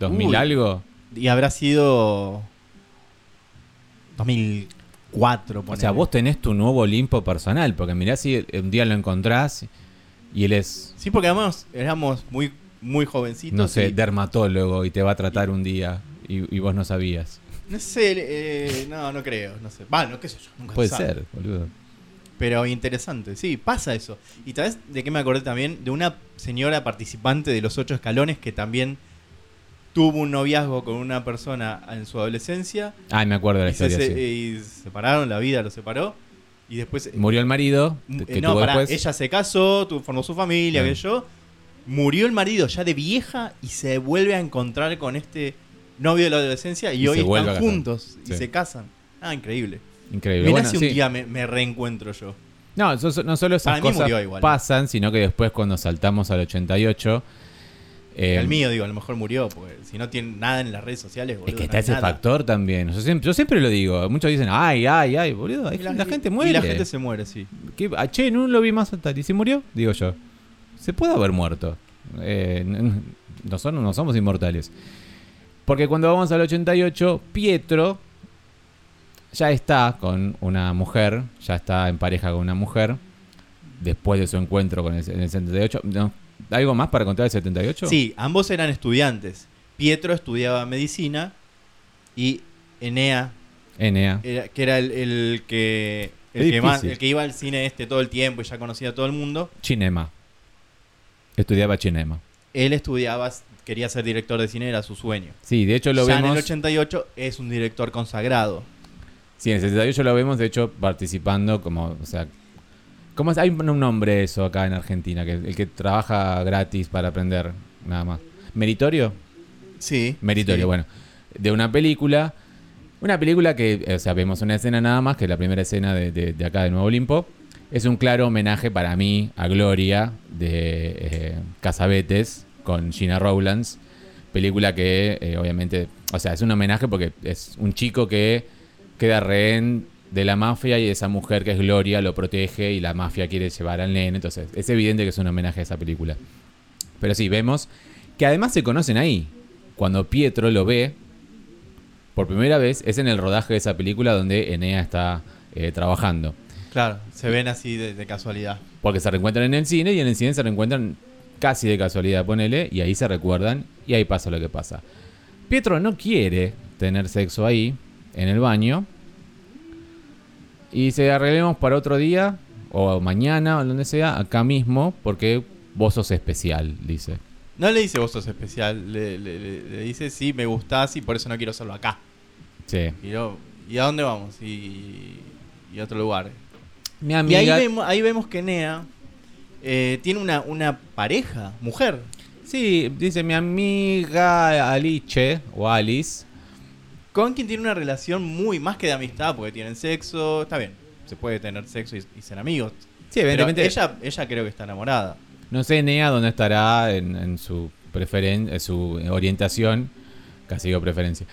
2000
Uy.
algo.
Y habrá sido 2004,
O
ponele.
sea, vos tenés tu nuevo Olimpo personal, porque mirá si un día lo encontrás y él es,
Sí, porque además éramos muy, muy jovencitos.
no sé,
y-
dermatólogo y te va a tratar un día y, y vos no sabías.
no sé, eh, no, no creo, no sé. Bueno, qué sé yo, nunca se
Puede
sabe.
ser, boludo.
Pero interesante, sí, pasa eso. Y tal vez de qué me acordé también, de una señora participante de los ocho escalones que también tuvo un noviazgo con una persona en su adolescencia
Ay, Ah, me acuerdo de la
y se,
historia,
se-
sí.
y se separaron, la vida lo separó y después...
Murió el marido,
eh,
que
no,
tuvo
pará,
después.
ella se casó, tu- formó su familia,
Mm.
que yo. Murió el marido ya de vieja y se vuelve a encontrar con este novio de la adolescencia y,
Y
hoy
se vuelve
están
a casar.
juntos y
Sí.
se casan. Ah, increíble.
Increíble.
Mirá
Bueno,
si un
sí.
día me- me reencuentro yo.
No, so- so- no solo esas
Para mí
cosas
murió igual.
pasan, sino que después cuando saltamos al 88... eh,
el mío, digo, a lo mejor murió, porque si no tiene nada en las redes sociales, boludo.
es que
no
está
hay
ese
nada.
factor también. Yo siempre, yo siempre lo digo. Muchos dicen, ay, ay, ay, boludo. hay-
Y
la, gente muere.
Y la gente se muere, sí.
que, ah, che, no lo vi más a tal. ¿Y se murió? Digo yo. Se puede haber muerto. Eh, n- n- no, son- no somos inmortales. Porque cuando vamos al 88, Pietro ya está con una mujer, ya está en pareja con una mujer, después de su encuentro con el, en el 78. No, ¿Algo más para contar del 78?
Sí, ambos eran estudiantes. Pietro estudiaba medicina y Enea,
Enea.
era- que era el, el que. El
Es
que, más-
difícil.
el que iba al cine este todo el tiempo y ya conocía a todo el mundo,
Cinema. Estudiaba cinema.
él estudiaba, quería ser director de cine, era su sueño.
Sí, de hecho lo
ya en
vemos.
el 88 es un director consagrado.
Sí, en el 78 lo vemos, de hecho, participando como, o sea, ¿cómo es? Hay un un nombre eso acá en Argentina, que el que trabaja gratis para aprender, nada más. ¿Meritorio?
Sí.
Meritorio,
sí.
bueno. De una película, una película que, eh, o sea, vemos una escena nada más, que es la primera escena de, de- de acá de Nuevo Olimpo. Es un claro homenaje para mí a Gloria de eh, Casabetes con Gina Rowlands. Película que, eh, obviamente, o sea, es un homenaje porque es un chico que queda rehén de la mafia y esa mujer que es Gloria lo protege y la mafia quiere llevar al nene. Entonces, es evidente que es un homenaje a esa película. Pero sí, vemos que además se conocen ahí. Cuando Pietro lo ve por primera vez, es en el rodaje de esa película donde Enea está eh, trabajando.
Claro, se ven así de, de casualidad.
Porque se reencuentran en el cine y en el cine se reencuentran casi de casualidad, ponele, y ahí se recuerdan y ahí pasa lo que pasa. Pietro no quiere tener sexo ahí, en el baño. Y se arreglemos para otro día, o mañana, o donde sea, acá mismo, porque vos sos especial, dice.
No le dice vos sos especial, le, le- le- le dice sí, me gustás y por eso no quiero hacerlo acá.
Sí.
Y yo, ¿y a dónde vamos? Y, y a otro lugar.
Mi
Y
amiga...
ahí vemos, ahí vemos que Nea eh, tiene una, una pareja, mujer.
Sí, dice mi amiga Alice, o Alice,
Con quien tiene una relación muy más que de amistad, porque tienen sexo, está bien, se puede tener sexo y, y ser amigos.
Sí,
Pero
evidentemente.
ella, ella creo que está enamorada.
No sé, Nea, dónde estará en, en su preferencia, su orientación, casi digo preferencia,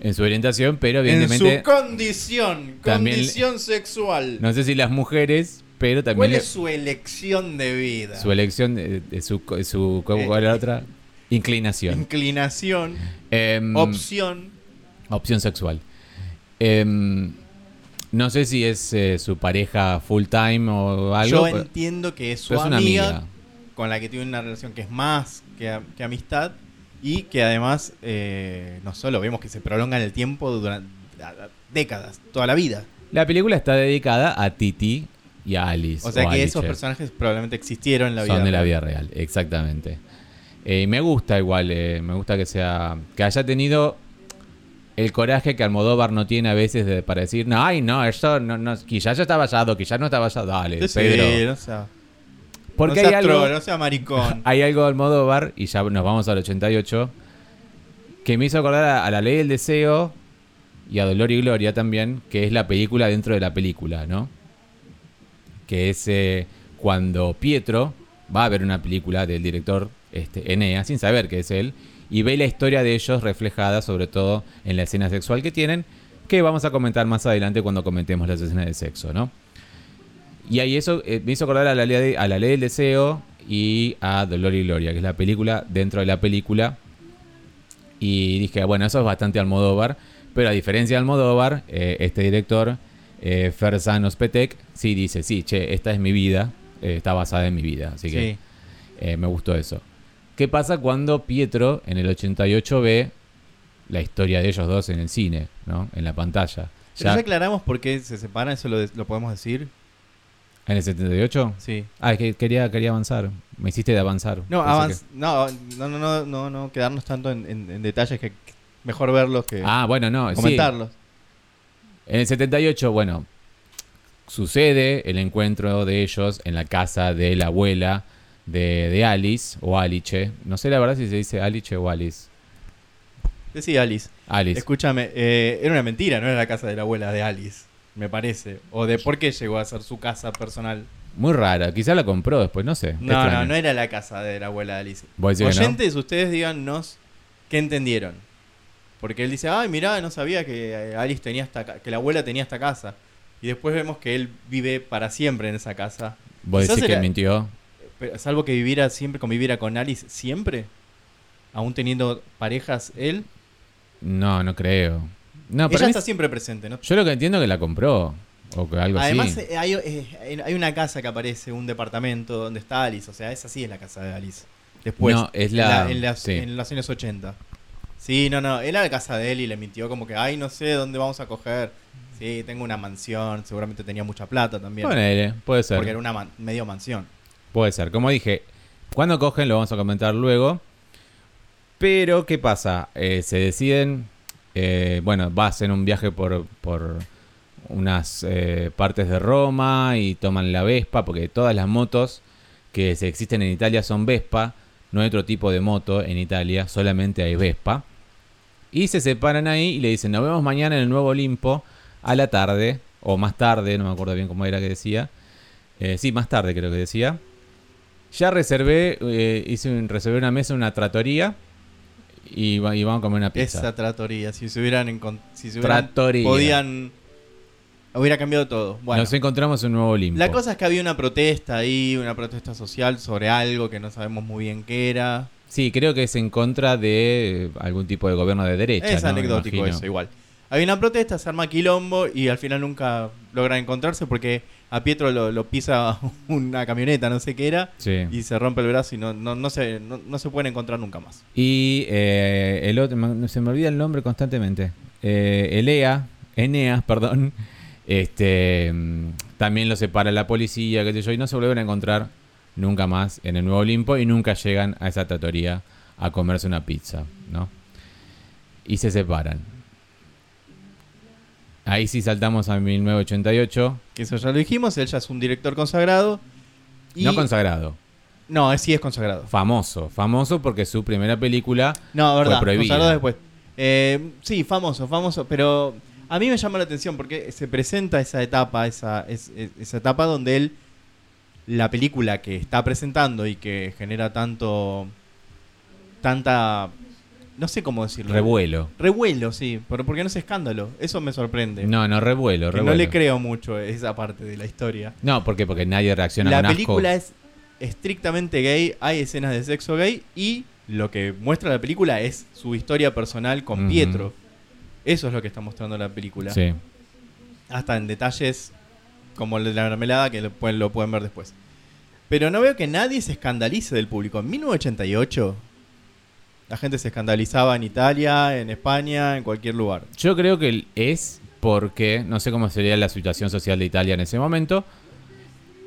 en su orientación, pero evidentemente,
en su condición,
también le-
condición sexual.
no sé si las mujeres, pero también
¿Cuál
le-
es su elección de vida?
su elección, eh, eh, su, co- su ¿cómo-
Eh,
cuál era la otra? Inclinación.
inclinación,
Em,
opción.
opción sexual. Em, no sé si es eh, su pareja full time o algo,
Yo
pero-
entiendo que es su
pero es una
amiga,
amiga.
con la que tiene una relación que es más que, a- que amistad y que además eh, no solo vemos que se prolonga en el tiempo durante a- a- décadas, toda la vida.
La película está dedicada a Titi y a Alice.
O sea que esos
Alice.
personajes probablemente existieron en la vida.
son de la
real.
vida real, exactamente. Eh, y me gusta igual, eh, me gusta que sea que haya tenido el coraje que Almodóvar no tiene a veces de- para decir, no, ay, no, eso no, no, quizás ya está vallado, quizás no está vallado, dale,
Sí,
Pedro.
no sea,
Porque
no
hay
sea
algo,
troll, no sea maricón.
hay algo de Almodóvar, y ya nos vamos al 88, que me hizo acordar a, a La Ley del Deseo y a Dolor y Gloria también, que es la película dentro de la película, ¿no? Que es eh, cuando Pietro va a ver una película del director este, Enea, sin saber que es él, y ve la historia de ellos reflejada, sobre todo en la escena sexual que tienen, que vamos a comentar más adelante cuando comentemos las escenas de sexo, ¿no? Y ahí eso eh, me hizo acordar a la, ley, a la ley del deseo y a Dolor y Gloria, que es la película dentro de la película. Y dije, bueno, eso es bastante Almodóvar. Pero a diferencia de Almodóvar, eh, este director, eh, Ferzan Ospetek, sí dice, sí, che, esta es mi vida, eh, está basada en mi vida. Así que
Sí.
eh, me gustó eso. ¿Qué pasa cuando Pietro en el 88 ve la historia de ellos dos en el cine, ¿no? En la pantalla.
Pero
Ya,
ya aclaramos por qué se separan, eso lo, de- lo podemos decir.
¿En el 78?
Sí.
Ah, es que quería, quería avanzar. Me hiciste de avanzar.
No,
Pensé
avanz- no, no, no, no, no, no, quedarnos tanto en, en- en detalles que que mejor verlos que
que- Ah, bueno, no. sí.
comentarlos.
En el 78, bueno, sucede el encuentro de ellos en la casa de la abuela de, de Alice o Alice. No sé la verdad si se dice Alice o Alice.
Decí, Alice.
Alice.
Escúchame, eh, era una mentira, no era la casa de la abuela de Alice, me parece. O de por qué llegó a ser su casa personal.
Muy rara. Quizá la compró después, no sé.
No,
Extraño.
no, no era la casa de la abuela de Alice.
¿Vos decís que no?
Oyentes, ustedes díganos qué entendieron. Porque él dice, ay, mirá, no sabía que eh, Alice tenía esta ca- que la abuela tenía esta casa. Y después vemos que él vive para siempre en esa casa.
¿Vos
Quizás
decís que
era-
mintió?
Pero, salvo que viviera siempre, conviviera con Alice siempre, aún teniendo parejas él.
No, no creo. No,
ella
para mí-
está siempre presente, ¿no?
yo lo que entiendo es que la compró. O que algo
Además,
así.
eh, hay, eh, hay una casa que aparece, un departamento donde está Alice. O sea, esa sí es la casa de Alice. Después,
No, es
en
la-
en, las-
sí.
en los años 80. Sí, no, no. Era la casa de él y le mintió como que, ay, no sé dónde vamos a coger. Sí, tengo una mansión. Seguramente tenía mucha plata también.
Ponele, puede ser.
porque era una man- medio mansión.
Puede ser. Como dije, Cuando cogen, lo vamos a comentar luego. Pero, ¿qué pasa? Eh, se deciden, eh, bueno, va a hacer un viaje por, por unas eh, partes de Roma y toman la Vespa, porque todas las motos que se existen en Italia son Vespa, no hay otro tipo de moto en Italia, solamente hay Vespa. Y se separan ahí y le dicen, nos vemos mañana en el Nuevo Olimpo a la tarde, o más tarde, no me acuerdo bien cómo era que decía. Eh, sí, más tarde creo que decía. Ya reservé, eh, hice un- reservé una mesa en una tratoría y, va- y vamos a comer una pizza.
Esa tratoría, si se hubieran encon- si se hubieran-
Trattoria.
podían hubiera cambiado todo. Bueno,
Nos encontramos en un Nuevo Olimpo.
la cosa es que había una protesta ahí, una protesta social sobre algo que no sabemos muy bien qué era.
Sí, creo que es en contra de eh, algún tipo de gobierno de derecha.
es
¿no? Me
anecdótico
imagino.
eso, igual. Había una protesta, se arma quilombo y al final nunca logran encontrarse porque a Pietro lo, lo pisa una camioneta, no sé qué era,
Sí.
y se rompe el brazo y no, no, no se, no, no se pueden encontrar nunca más.
Y eh, el otro, ma- se me olvida el nombre constantemente. Eh, Elea, Eneas, perdón. Este, mm, también lo separa la policía, qué sé yo, y no se vuelven a encontrar nunca más en el Nuevo Olimpo y nunca llegan a esa trattoria a comerse una pizza, ¿no? Y se separan. Ahí sí saltamos a 1988,
Que eso ya lo dijimos, él ya es un director consagrado. y-
no consagrado,
No, eh, sí es consagrado.
famoso, famoso porque su primera película
No, verdad,
prohibida.
consagrado después. Eh, sí, famoso, famoso, pero a mí me llama la atención porque se presenta esa etapa, esa, es- es- esa etapa donde él, la película que está presentando y que genera tanto, tanta, no sé cómo decirlo.
Revuelo.
Revuelo, sí, pero porque no es escándalo, eso me sorprende.
No, no, Revuelo,
Que
Revuelo.
no le creo mucho esa parte de la historia.
No, ¿por qué? Porque nadie reacciona
La
con asco.
película es estrictamente gay, hay escenas de sexo gay y lo que muestra la película es su historia personal con
Ujú.
Pietro. Eso es lo que está mostrando la película.
Sí.
Hasta en detalles como el de la mermelada que lo pueden, lo pueden ver después. Pero no veo que nadie se escandalice del público. En 1988 la gente se escandalizaba en Italia, en España, en cualquier lugar.
Yo creo que el- es porque, no sé cómo sería la situación social de Italia en ese momento,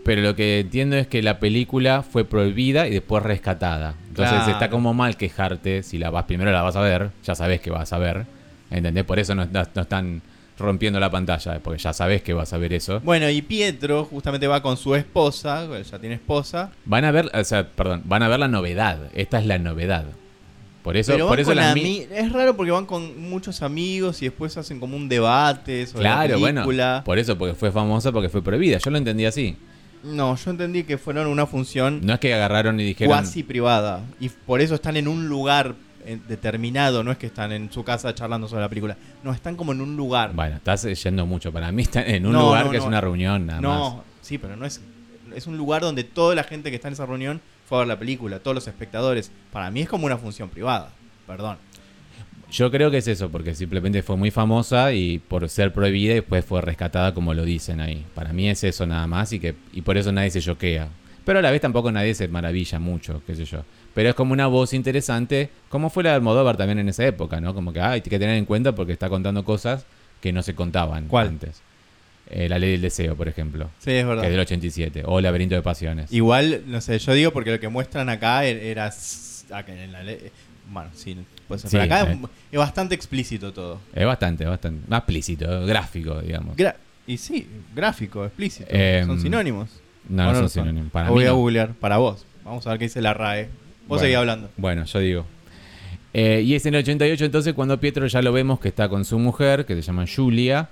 pero lo que entiendo es que la película fue prohibida y después rescatada. Entonces
Claro.
está como mal quejarte si la vas primero la vas a ver, ya sabes que vas a ver, ¿entendés? Por eso no, estás- no están rompiendo la pantalla, porque ya sabes que vas a ver eso.
Bueno, y Pietro justamente va con su esposa, él ya tiene esposa.
Van a ver, o sea, perdón, van a ver la novedad. Esta es la novedad. Por eso,
Pero van
por eso
con
las mi-
ami- es raro porque van con muchos amigos y después hacen como un debate sobre
Claro,
la
bueno.
película.
Por eso, porque fue famosa, porque fue prohibida. Yo lo entendí así.
No, yo entendí que fueron una función
No es que agarraron y dijeron.
cuasi privada y por eso están en un lugar eh, determinado, no es que están en su casa charlando sobre la película, no están como en un lugar.
Bueno, estás yendo mucho. Para mí está en un
No,
lugar
no,
que
no.
es una reunión nada
no,
más.
sí, pero no es es un lugar donde toda la gente que está en esa reunión fue a ver la película, todos los espectadores. Para mí es como una función privada. Perdón.
Yo creo que es eso, porque simplemente fue muy famosa y por ser prohibida y después fue rescatada como lo dicen ahí. Para mí es eso nada más y que y por eso nadie se choquea. Pero a la vez tampoco nadie se maravilla mucho, qué sé yo. Pero es como una voz interesante, como fue la de Almodóvar también en esa época, ¿no? Como que ah, hay que tener en cuenta porque está contando cosas que no se contaban
¿Cuál?
antes. Eh, la ley del deseo, por ejemplo.
Sí, es verdad.
que es del 87, o Laberinto de Pasiones.
Igual, no sé, yo digo porque lo que muestran acá er- era. s- acá en la le- Bueno, sí, puede ser.
Sí,
Pero acá
eh.
es, es bastante explícito todo.
Es bastante, bastante. Más explícito, gráfico, digamos.
Gra- y sí, gráfico, explícito.
Eh,
son sinónimos.
no,
¿O
no
lo
son sinónimos. Para
Lo voy
mí
a
no.
googlear para vos. Vamos a ver qué dice la RAE. Vos
Bueno.
seguís hablando.
Bueno, yo digo. Eh, y es en el 88 entonces cuando Pietro ya lo vemos que está con su mujer, que se llama Julia.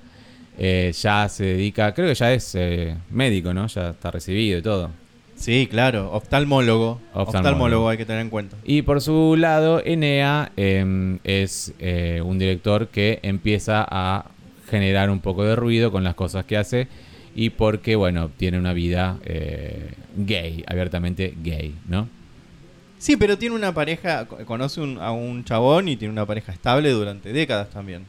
Eh, ya se dedica, creo que ya es eh, médico, ¿no? Ya está recibido y todo.
Sí, claro, oftalmólogo.
Oftalmólogo.
Oftalmólogo, hay que tener en cuenta.
Y por su lado, Enea eh, es eh, un director que empieza a generar un poco de ruido con las cosas que hace y porque, bueno, tiene una vida eh, gay, abiertamente gay, ¿no?
Sí, pero tiene una pareja. co- Conoce un- a un chabón y tiene una pareja estable durante décadas también.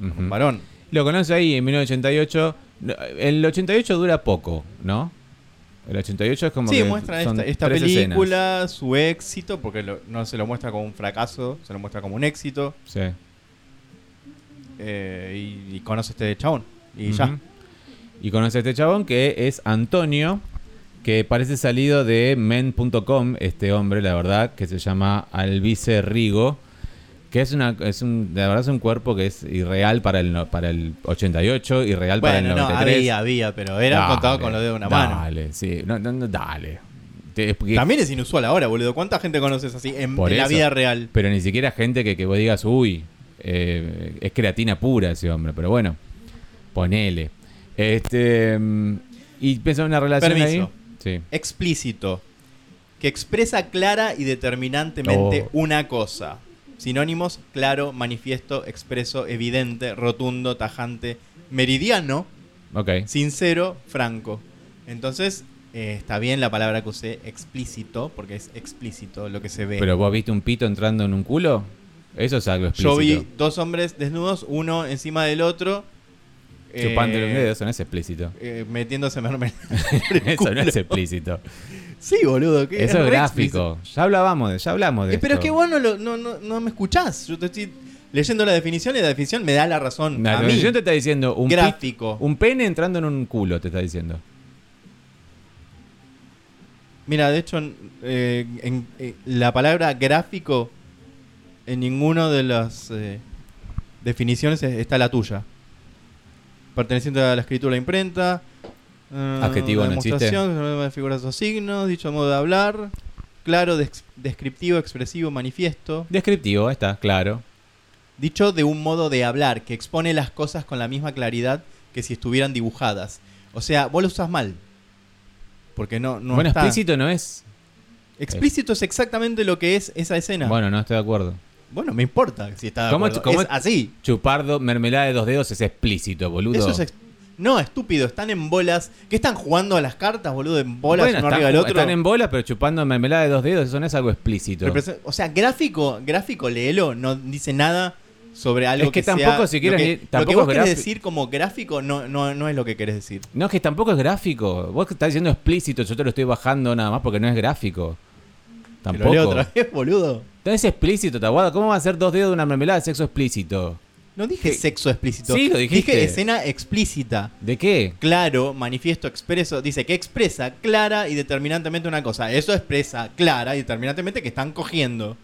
Ujú.
Un varón.
Lo conoce ahí en 1988. No, El 88 dura poco, ¿no? El 88 es como
Sí,
que
muestra
son
esta, esta
tres escenas.
película, su éxito, porque lo- no se lo muestra como un fracaso, se lo muestra como un éxito.
Sí.
eh, y, y conoce a este chabón. Y ya.
Ujú. Y conoce a este chabón que es Antonio, que parece salido de men.com, este hombre, la verdad, que se llama Alvice Rigo, que es una es un la verdad es un cuerpo que es irreal para el no- para el 88, irreal para el
Bueno, no,
93.
había, había, pero era
Dale,
contado con los dedos de una mano.
Dale, sí, no, no, no, dale. Te- porque-
También es inusual ahora, boludo. ¿Cuánta gente conoces así en,
Por
en la
eso.
vida real?
Pero ni siquiera gente que, que vos digas, uy, eh, es creatina pura ese hombre. Pero bueno, ponele. Este, mm, y pensó en una relación
Permiso.
ahí. Sí.
Explícito. Que expresa clara y determinantemente
Oh.
una cosa. Sinónimos, claro, manifiesto, expreso, evidente, rotundo, tajante, meridiano,
Ok.
sincero, franco. Entonces, eh, está bien la palabra que usé, explícito, porque es explícito lo que se ve.
Pero vos viste un pito entrando en un culo. Eso es algo explícito.
Yo vi dos hombres desnudos, uno encima del otro. eh,
Chupando los dedos, eso no es explícito.
eh, metiéndose mermelada.
Eso no es explícito.
Sí, boludo. que
Eso es
re
gráfico. Ya hablábamos de, ya hablamos de
Eh, pero es
esto.
que vos no, lo- no, no, no me escuchás. Yo te estoy leyendo la definición y la definición me da la razón.
La
a mí.
televisión te está diciendo un, pi-
gráfico.
un pene entrando en un culo, te está diciendo.
Mira, de hecho, en- eh, en- eh, la palabra gráfico en ninguna de las eh, definiciones es- está la tuya. Perteneciente a la escritura e imprenta. eh,
Adjetivo
la
no existe.
demostración, eh, figuras o signos, dicho modo de hablar. Claro, dex- descriptivo, expresivo, manifiesto.
Descriptivo, ahí está, claro.
Dicho de un modo de hablar que expone las cosas con la misma claridad que si estuvieran dibujadas. O sea, vos lo usas mal. Porque no, no
bueno,
está.
explícito no es.
Explícito es exactamente lo que es esa escena. Bueno,
Bueno, no estoy de acuerdo.
me importa si está de
¿Cómo-
acuerdo.
cómo-
es así.
Chupardo, mermelada de dos dedos es explícito, boludo.
Eso es ex- No, estúpido, están en bolas. ¿Qué están jugando a las cartas, boludo? En bolas
Bueno,
uno
están,
arriba del
ju-
otro.
están en bola, pero chupando mermelada de dos dedos, eso no es algo explícito.
Represen- O sea, gráfico, gráfico, léelo, no dice nada sobre algo
Es que
sea-
tampoco si quieres
lo que,
ni- tampoco
lo que vos
es
querés
grafi-
decir como gráfico no, no, no es lo que querés decir.
No, es que tampoco es gráfico. Vos que estás diciendo explícito, yo te lo estoy bajando nada más porque no es gráfico.
Te lo leo
Tampoco.
otra vez, boludo.
No es explícito, Taguada. ¿Cómo va a ser dos dedos de una mermelada de sexo explícito?
No dije
¿Qué?
sexo explícito.
Sí, lo dijiste.
Dije escena explícita.
¿De qué?
Claro, manifiesto expreso. Dice que expresa clara y determinantemente una cosa. Eso expresa clara y determinantemente que están cogiendo.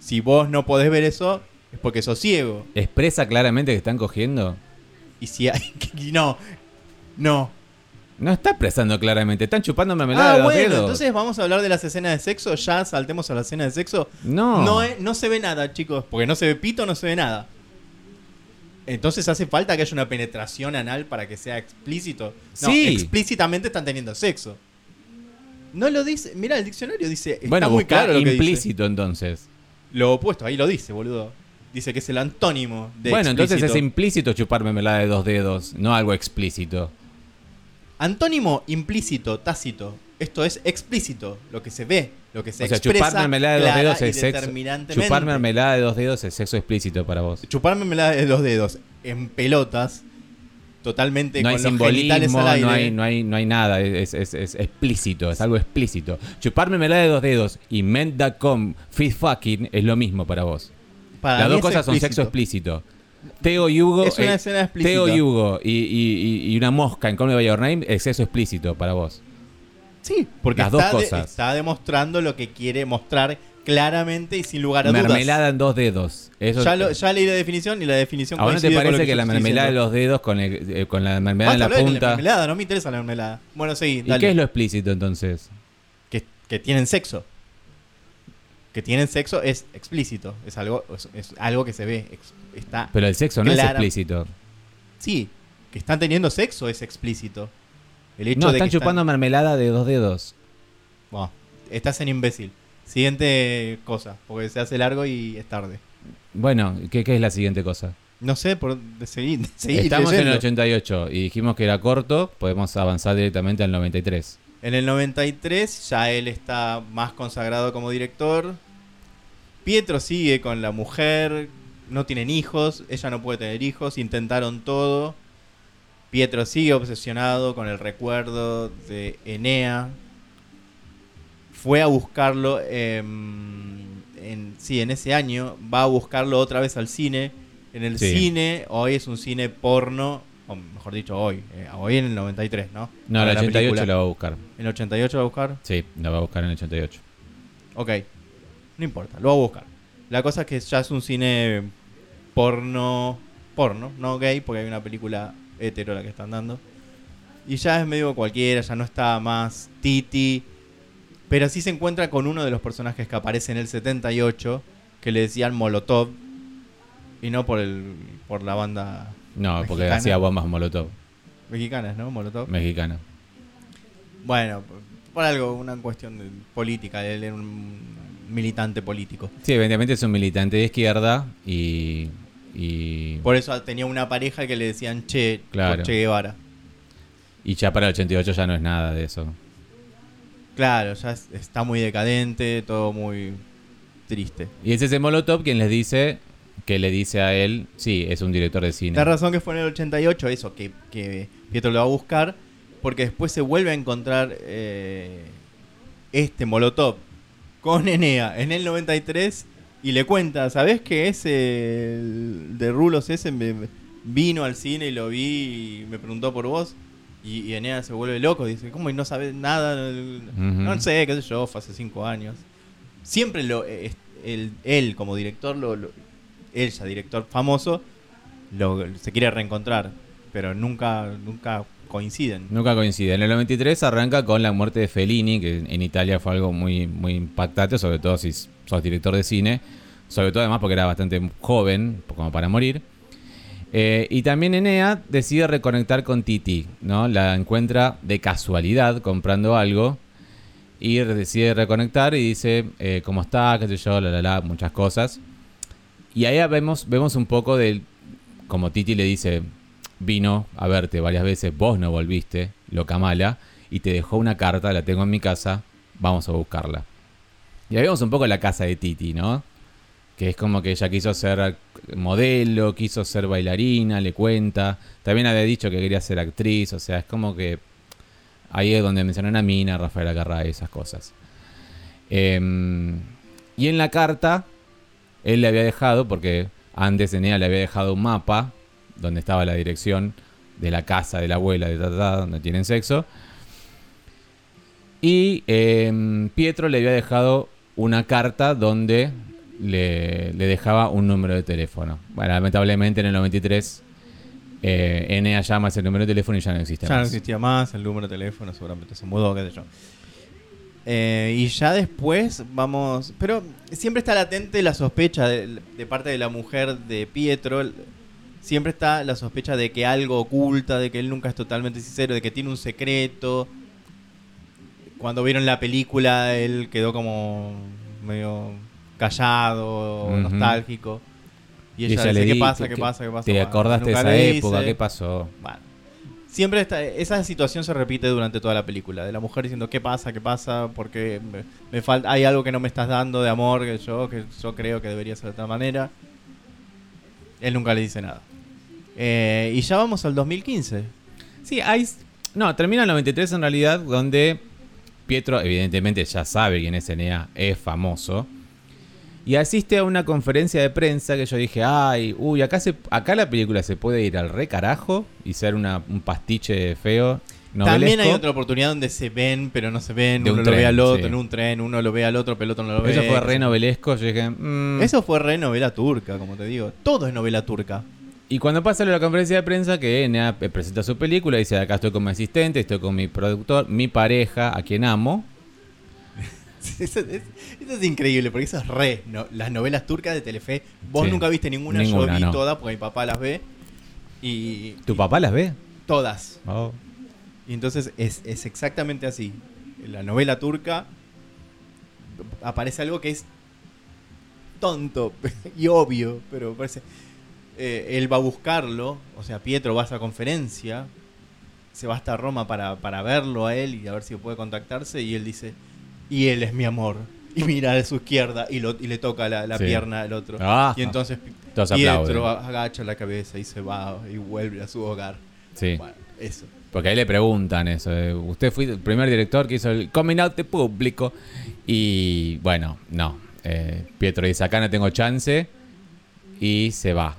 Si vos no podés ver eso, es porque sos ciego.
¿Expresa claramente que están cogiendo?
Y si hay. y no. No.
No está expresando claramente, están chupando mermelada
Ah,
de dos
bueno,
dedos.
entonces vamos a hablar de las escenas de sexo. Ya saltemos a la escena de sexo.
No.
No, es- no se ve nada, chicos. Porque no se ve pito, no se ve nada. Entonces hace falta que haya una penetración anal para que sea explícito. No,
Sí.
explícitamente están teniendo sexo. No lo dice. Mira, el diccionario dice. Está
bueno,
muy
buscar
claro lo que dice.
implícito entonces.
Lo opuesto, ahí lo dice, boludo. Dice que es el antónimo de
bueno, entonces es
explícito.
implícito chupar mermelada de dos dedos, no algo explícito.
Antónimo implícito, tácito. Esto es explícito, lo que se ve, lo que se
o sea,
expresa
chupar mermelada de dos
clara
dedos
y
es sexo.
determinantemente.
Chupar mermelada de dos dedos es sexo explícito para vos.
Chupar mermelada de los dedos en pelotas, totalmente
No hay
con los genitales
simbolismo,
al aire.
no hay, no, hay, no hay nada, es, es- es explícito, es algo explícito. Chupar mermelada de dos dedos y men.com, feed fucking, es lo mismo para vos.
Para
Las
mí
dos
es
cosas son sexo explícito. Teo y Hugo. eh,
Es una escena explícita.
Teo y Hugo y, y- y- y una mosca en Call Me By Your Name es sexo explícito para vos.
Sí, porque
Las dos
está, de-
cosas.
está demostrando lo que quiere mostrar claramente y sin lugar a
Mermelada en dos dedos. Eso
dudas. Ya, lo- ya leí la definición y la definición
¿A vos no te
coincide con lo
parece que,
yo
la
estoy
mermelada de
diciendo.
los dedos con, el- eh, con la mermelada
Basta
en la
hablar de la
punta?
mermelada, no me interesa la mermelada. Bueno, seguí,
¿Y
dale.
qué es lo explícito entonces?
que, que tienen sexo. Que tienen sexo es explícito. Es algo, es, es algo que se ve. ex- está.
Pero el sexo no es
Clara-
explícito.
sí, que están teniendo sexo es explícito. El hecho
No,
de
están
que
chupando mermelada de dos dedos.
Bueno, estás en imbécil. Siguiente cosa, porque se hace largo y es tarde.
Bueno, ¿qué, qué es la siguiente cosa?
No sé, por de seguir. de seguir
Estamos en el
leyendo.
88 y dijimos que era corto, podemos avanzar directamente al 93.
En el 93 ya él está más consagrado como director. Pietro sigue con la mujer, no tienen hijos, ella no puede tener hijos, intentaron todo. Pietro sigue obsesionado con el recuerdo de Enea. Fue a buscarlo em, en, sí, en ese año, va a buscarlo otra vez al cine. En el
Sí.
cine, hoy es un cine porno o mejor dicho, hoy, eh, hoy en el 93, ¿no?
No,
Para
el
la
88
película.
la va a buscar.
¿El 88 va a buscar?
Sí, la va a buscar en el 88.
Ok, no importa, lo va a buscar. La cosa es que ya es un cine porno, porno, no gay, porque hay una película hetero la que están dando. Y ya es medio cualquiera, ya no está más Titi. Pero sí se encuentra con uno de los personajes que aparece en el 78, que le decían Molotov. Y no por, el, por la banda
No, porque
Mexicana.
hacía bombas molotov
mexicana, ¿no? Molotov.
mexicana.
Bueno, por algo, una cuestión de política. Él era un militante político.
Sí, evidentemente es un militante de izquierda y. y
Por eso tenía una pareja que le decían Che, por
Claro.
Che Guevara.
Y ya para el 88 ya no es nada de eso.
Claro, ya es- está muy decadente, todo muy triste.
Y es ese Molotov quien les dice, que le dice a él, sí, es un director de cine.
La razón que fue en el 88 eso, que, que Pietro lo va a buscar, porque después se vuelve a encontrar eh, este Molotov con Enea en el 93 y le cuenta, ¿sabés que ese el de Rulos ese me- me- vino al cine y lo vi y me preguntó por vos? Y, y Enea se vuelve loco, dice, ¿cómo? Y no sabes nada, no
Ujú.
sé, qué sé yo, fue hace cinco años. Siempre lo, eh, es- el- él como director, lo, lo- él ya director famoso, lo- se quiere reencontrar, pero nunca, nunca coinciden.
Nunca coincide. En el 93 arranca con la muerte de Fellini, que en Italia fue algo muy, muy impactante, sobre todo si sos director de cine, sobre todo además porque era bastante joven, como para morir. Eh, y también Enea decide reconectar con Titi, ¿no? La encuentra de casualidad comprando algo y decide reconectar y dice eh, cómo está, qué sé yo, la la la, muchas cosas. Y ahí vemos, vemos un poco del, como Titi le dice, vino a verte varias veces, vos no volviste, loca mala, y te dejó una carta, la tengo en mi casa, vamos a buscarla. Y ahí vemos un poco la casa de Titi, ¿no? Que es como que ella quiso ser modelo, quiso ser bailarina, le cuenta. También había dicho que quería ser actriz, o sea, es como que ahí es donde mencionan a Mina, Rafael Acarra, esas cosas. Em, y en la carta, él le había dejado, porque antes Enea le había dejado un mapa donde estaba la dirección de la casa de la abuela, de ta, ta, ta, donde tienen sexo. Y em, Pietro le había dejado una carta donde le, le dejaba un número de teléfono. Bueno, lamentablemente en el 93 eh, Enea llama a ese número de teléfono y ya no existe
Ya no
más.
existía más, el número de teléfono seguramente se mudó, qué sé yo. Eh, y ya después vamos. Pero siempre está latente la sospecha de, de parte de la mujer de Pietro. Siempre está la sospecha de que algo oculta, de que él nunca es totalmente sincero, de que tiene un secreto. Cuando vieron la película, él quedó como medio callado,
Ujú.
nostálgico. Y
le
ella, dice: ¿Qué
di-
pasa?
que-
¿Qué pasa? ¿Qué pasa?
¿Te
Bueno,
acordaste de
nunca
esa
le
época?
hice.
¿Qué pasó?
Bueno, siempre esta, esa situación se repite durante toda la película, de la mujer diciendo qué pasa, qué pasa, porque me, me falta, hay algo que no me estás dando de amor que yo, que yo creo que debería ser de otra manera. Él nunca le dice nada. Eh, y ya vamos al 2015.
Sí, hay... No, termina el 93 en realidad, donde Pietro evidentemente ya sabe quién es Enea, es famoso. Y asiste a una conferencia de prensa que yo dije, ay, uy, acá, se, acá la película se puede ir al re carajo y ser una- un pastiche feo.
También hay
novelesco".
otra oportunidad donde se ven, pero no se ven,
De
uno
un
lo ve
tren,
al otro
sí.
en un tren, uno lo ve al otro, pero el otro no lo
Pero
ve.
Eso fue
qué sé
re
yo.
novelesco, yo dije, "Mm".
Eso fue re novela turca, como te digo. Todo es novela turca.
Y cuando pasa lo de la conferencia de prensa, que Enea eh, presenta su película, dice, acá estoy con mi asistente, estoy con mi productor, mi pareja, a quien amo.
Eso es, eso es increíble, porque eso es re. no- las novelas turcas de Telefe, vos
Sí.
nunca viste ninguna, yo
Ninguna,
vi
no.
todas porque mi papá las ve. Y.
¿Tu
y
papá las ve?
Todas.
Oh.
Y entonces es, es exactamente así. En la novela turca aparece algo que es tonto y obvio, pero parece. eh, él va a buscarlo, o sea, Pietro va a esa conferencia, se va hasta Roma para, para verlo a él y a ver si puede contactarse, y él dice, y él es mi amor. Y mira a su izquierda y, lo, y le toca la, la
Sí.
pierna al otro.
Ah.
y ah, entonces
Todos aplauden.
Pietro agacha la cabeza y se va y vuelve a su hogar.
Sí.
Bueno, eso.
Porque ahí le preguntan eso. eh, Usted fue el primer director que hizo el coming out de público. Y bueno, no. Eh, Pietro dice, acá no tengo chance. Y se va.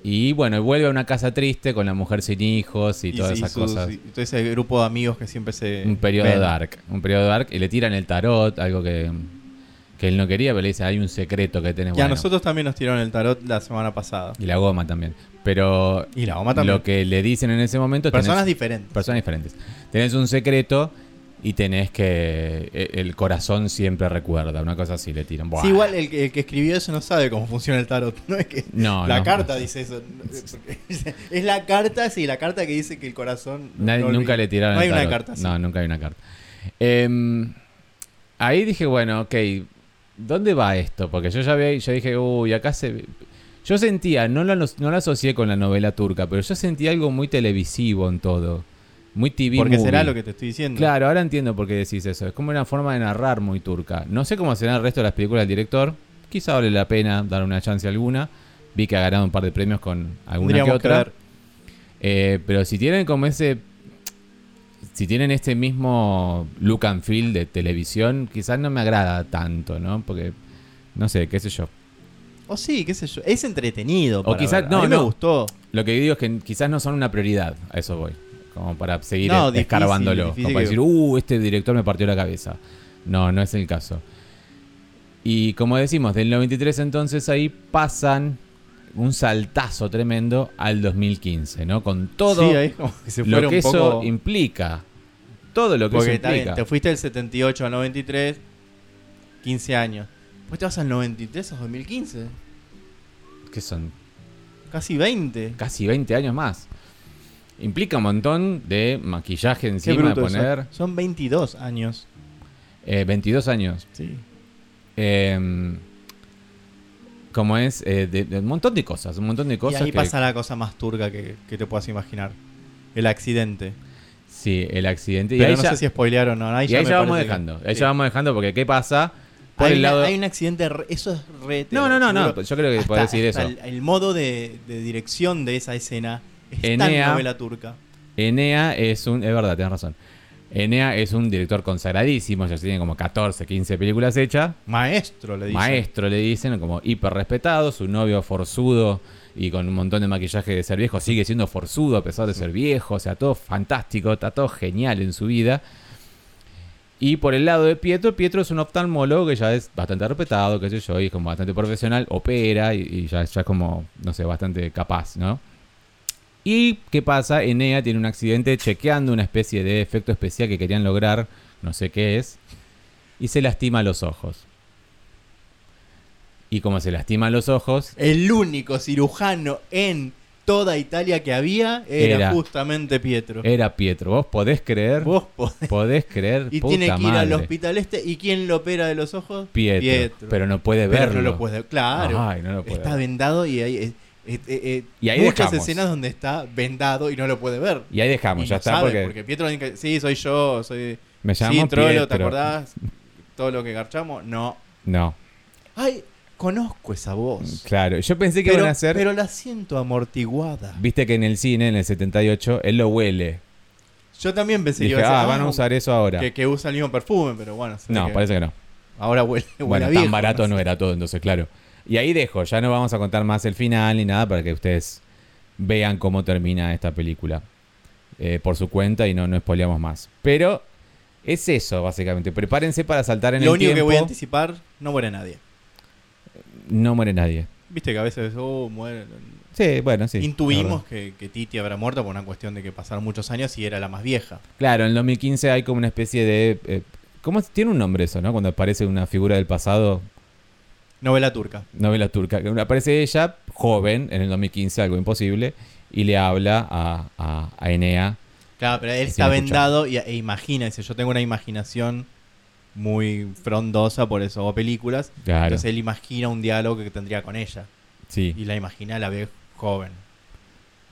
Y bueno, vuelve a una casa triste con la mujer sin hijos y, todas
sí,
esas
su-
cosas.
sí, todo ese grupo de amigos que siempre se.
Un periodo
ven.
dark. Un periodo dark. Y le tiran el tarot, algo que, que él no quería, pero le dice, hay un secreto que
Y
tenemos.
a
Bueno,
nosotros también nos tiraron el tarot la semana pasada.
Y la goma también. Pero
Y la goma Ah, también.
lo que le dicen en ese momento... tenés-
Personas diferentes.
personas diferentes. Tenés un secreto y tenés que... e- El corazón siempre recuerda. Una cosa así le tiran. Buah.
Sí, igual el, que- el que escribió eso no sabe cómo funciona el tarot. No es que
No,
la
no.
carta dice eso. Es la carta, sí, la carta que dice que el corazón.
Nadie-
no
nunca
olvida.
le tiraron
No hay
el
una
tarot.
carta. así.
No, nunca hay una carta. Em, ahí dije, bueno, ok, ¿dónde va esto? Porque yo ya vi, yo dije, uy, acá se... Yo sentía, no la, no la asocié con la novela turca, pero yo sentía algo muy televisivo en todo. Muy TV
Porque será
movie.
lo que te estoy diciendo.
Claro, ahora entiendo por qué decís eso. Es como una forma de narrar muy turca. No sé cómo será el resto de las películas del director. Quizá vale la pena dar una chance a alguna. Vi que ha ganado un par de premios con alguna que
Tendríamos que
otra.
ver.
Eh, pero si tienen como ese. Si tienen este mismo look and feel de televisión, quizás no me agrada tanto, ¿no? Porque. No sé, qué sé yo.
O sí, qué sé yo. Es entretenido.
O
para
quizás-
ver. A
no,
mí me
no.
gustó.
Lo que digo es que quizás no son una prioridad, a eso voy. Como para seguir
No, difícil,
escarbándolo.
difícil
como para
que-
decir, uh, este director me partió la cabeza. No, no es el caso. Y como decimos, del 93 entonces ahí pasan un saltazo tremendo al 2015, ¿no? Con todo
Sí, ahí como que se
lo
fueron
que
un poco.
eso implica. Todo lo que
Porque
eso
está bien,
implica.
te fuiste del 78 al 93, 15 años. Después te vas al 93 a 2015,
Que son
casi 20.
casi 20 años más. Implica un montón de maquillaje
Qué
encima de
bruto eso.
poner.
Son 22 años.
Eh, 22 años.
Sí.
Eh, como es, eh, de, de un montón de cosas, un montón de cosas.
y ahí
que-
pasa la cosa más turca que, que te puedas imaginar. El accidente.
Sí, el accidente. y
Pero
ahí
no
ya,
sé si spoilearon o no. Ahí
y
ya,
ahí
me
ya vamos
parece que-
dejando. Ahí
sí.
ya vamos dejando porque ¿qué pasa? Por
hay,
el
una-
lado...
hay un accidente, re- eso es re...
No, no, no, no,
seguro.
yo creo que
Hasta-
puedo decir eso.
hasta El, el modo de, de dirección de esa escena es
Enea.
tan novela turca.
Enea es un... Es verdad, tenés razón. Enea es un director consagradísimo, ya tiene como 14, 15 películas hechas.
Maestro, le dicen.
Maestro, le dicen, como hiper respetado, su novio forzudo y con un montón de maquillaje de ser viejo, sigue siendo forzudo a pesar de ser viejo, o sea, todo fantástico, está todo genial en su vida. Y por el lado de Pietro, Pietro es un oftalmólogo que ya es bastante respetado, qué sé yo, y es como bastante profesional, opera y, y ya, ya es como, no sé, bastante capaz, ¿no? ¿Y qué pasa? Enea tiene un accidente chequeando una especie de efecto especial que querían lograr, no sé qué es, y se lastima los ojos. Y como se lastima los ojos,
El único cirujano en toda Italia que había era,
Era. Eh,
justamente Pietro.
era Pietro. ¿Vos podés creer?
Vos podés.
Podés creer,
Y
puta
tiene que ir
madre.
al hospital este. ¿Y quién lo opera de los ojos?
Pietro, Pero no puede
Pero
verlo.
no lo puede. Claro.
Ay, no lo puede
está
ver.
vendado y hay eh, eh, eh,
Y ahí
muchas
dejamos.
escenas donde está vendado y no lo puede ver.
Y ahí dejamos,
Y
ya
no
está,
sabe,
porque,
Pietro. dice, Sí, soy yo. soy
me llamo
Sí, Trolo, ¿te
Pietro".
acordás? Todo lo que garchamos. No.
No,
Ay, conozco esa voz.
claro. Yo pensé que
pero,
iban a hacer.
pero la siento amortiguada.
Viste que en el cine, en el 78, él lo huele.
Yo también pensé que
Dije,
iba a ser,
ah, van a usar eso ahora.
Que, que usa el mismo perfume, pero bueno. se ve
No,
que
parece que no.
Ahora huele, huele
Bueno,
a
tan
viejo,
barato
sé.
no era todo, entonces, claro. Y ahí dejo, ya no vamos a contar más el final ni nada para que ustedes vean cómo termina esta película eh, por su cuenta y no, no spoileamos más. Pero es eso, básicamente. Prepárense para saltar en
Lo
el
único que
tiempo.
voy a anticipar, no muere nadie.
no muere nadie.
Viste que a veces, oh, muere.
Sí, bueno, sí. la
Intuimos
verdad.
que, que Titi habrá muerto por una cuestión de que pasaron muchos años y era la más vieja.
Claro, en el 2015 hay como una especie de. eh, ¿Cómo es? tiene un nombre eso, no? Cuando aparece una figura del pasado,
Novela turca.
novela turca. que Aparece ella, joven, en el 2015, algo imposible, y le habla a, a- a Enea.
Claro, pero él
Sin
está
escuchar.
vendado y, e imagínense, yo tengo una imaginación muy frondosa, por eso hago películas.
Claro.
Entonces él imagina un diálogo que tendría con ella.
sí.
Y la imagina, la ve joven.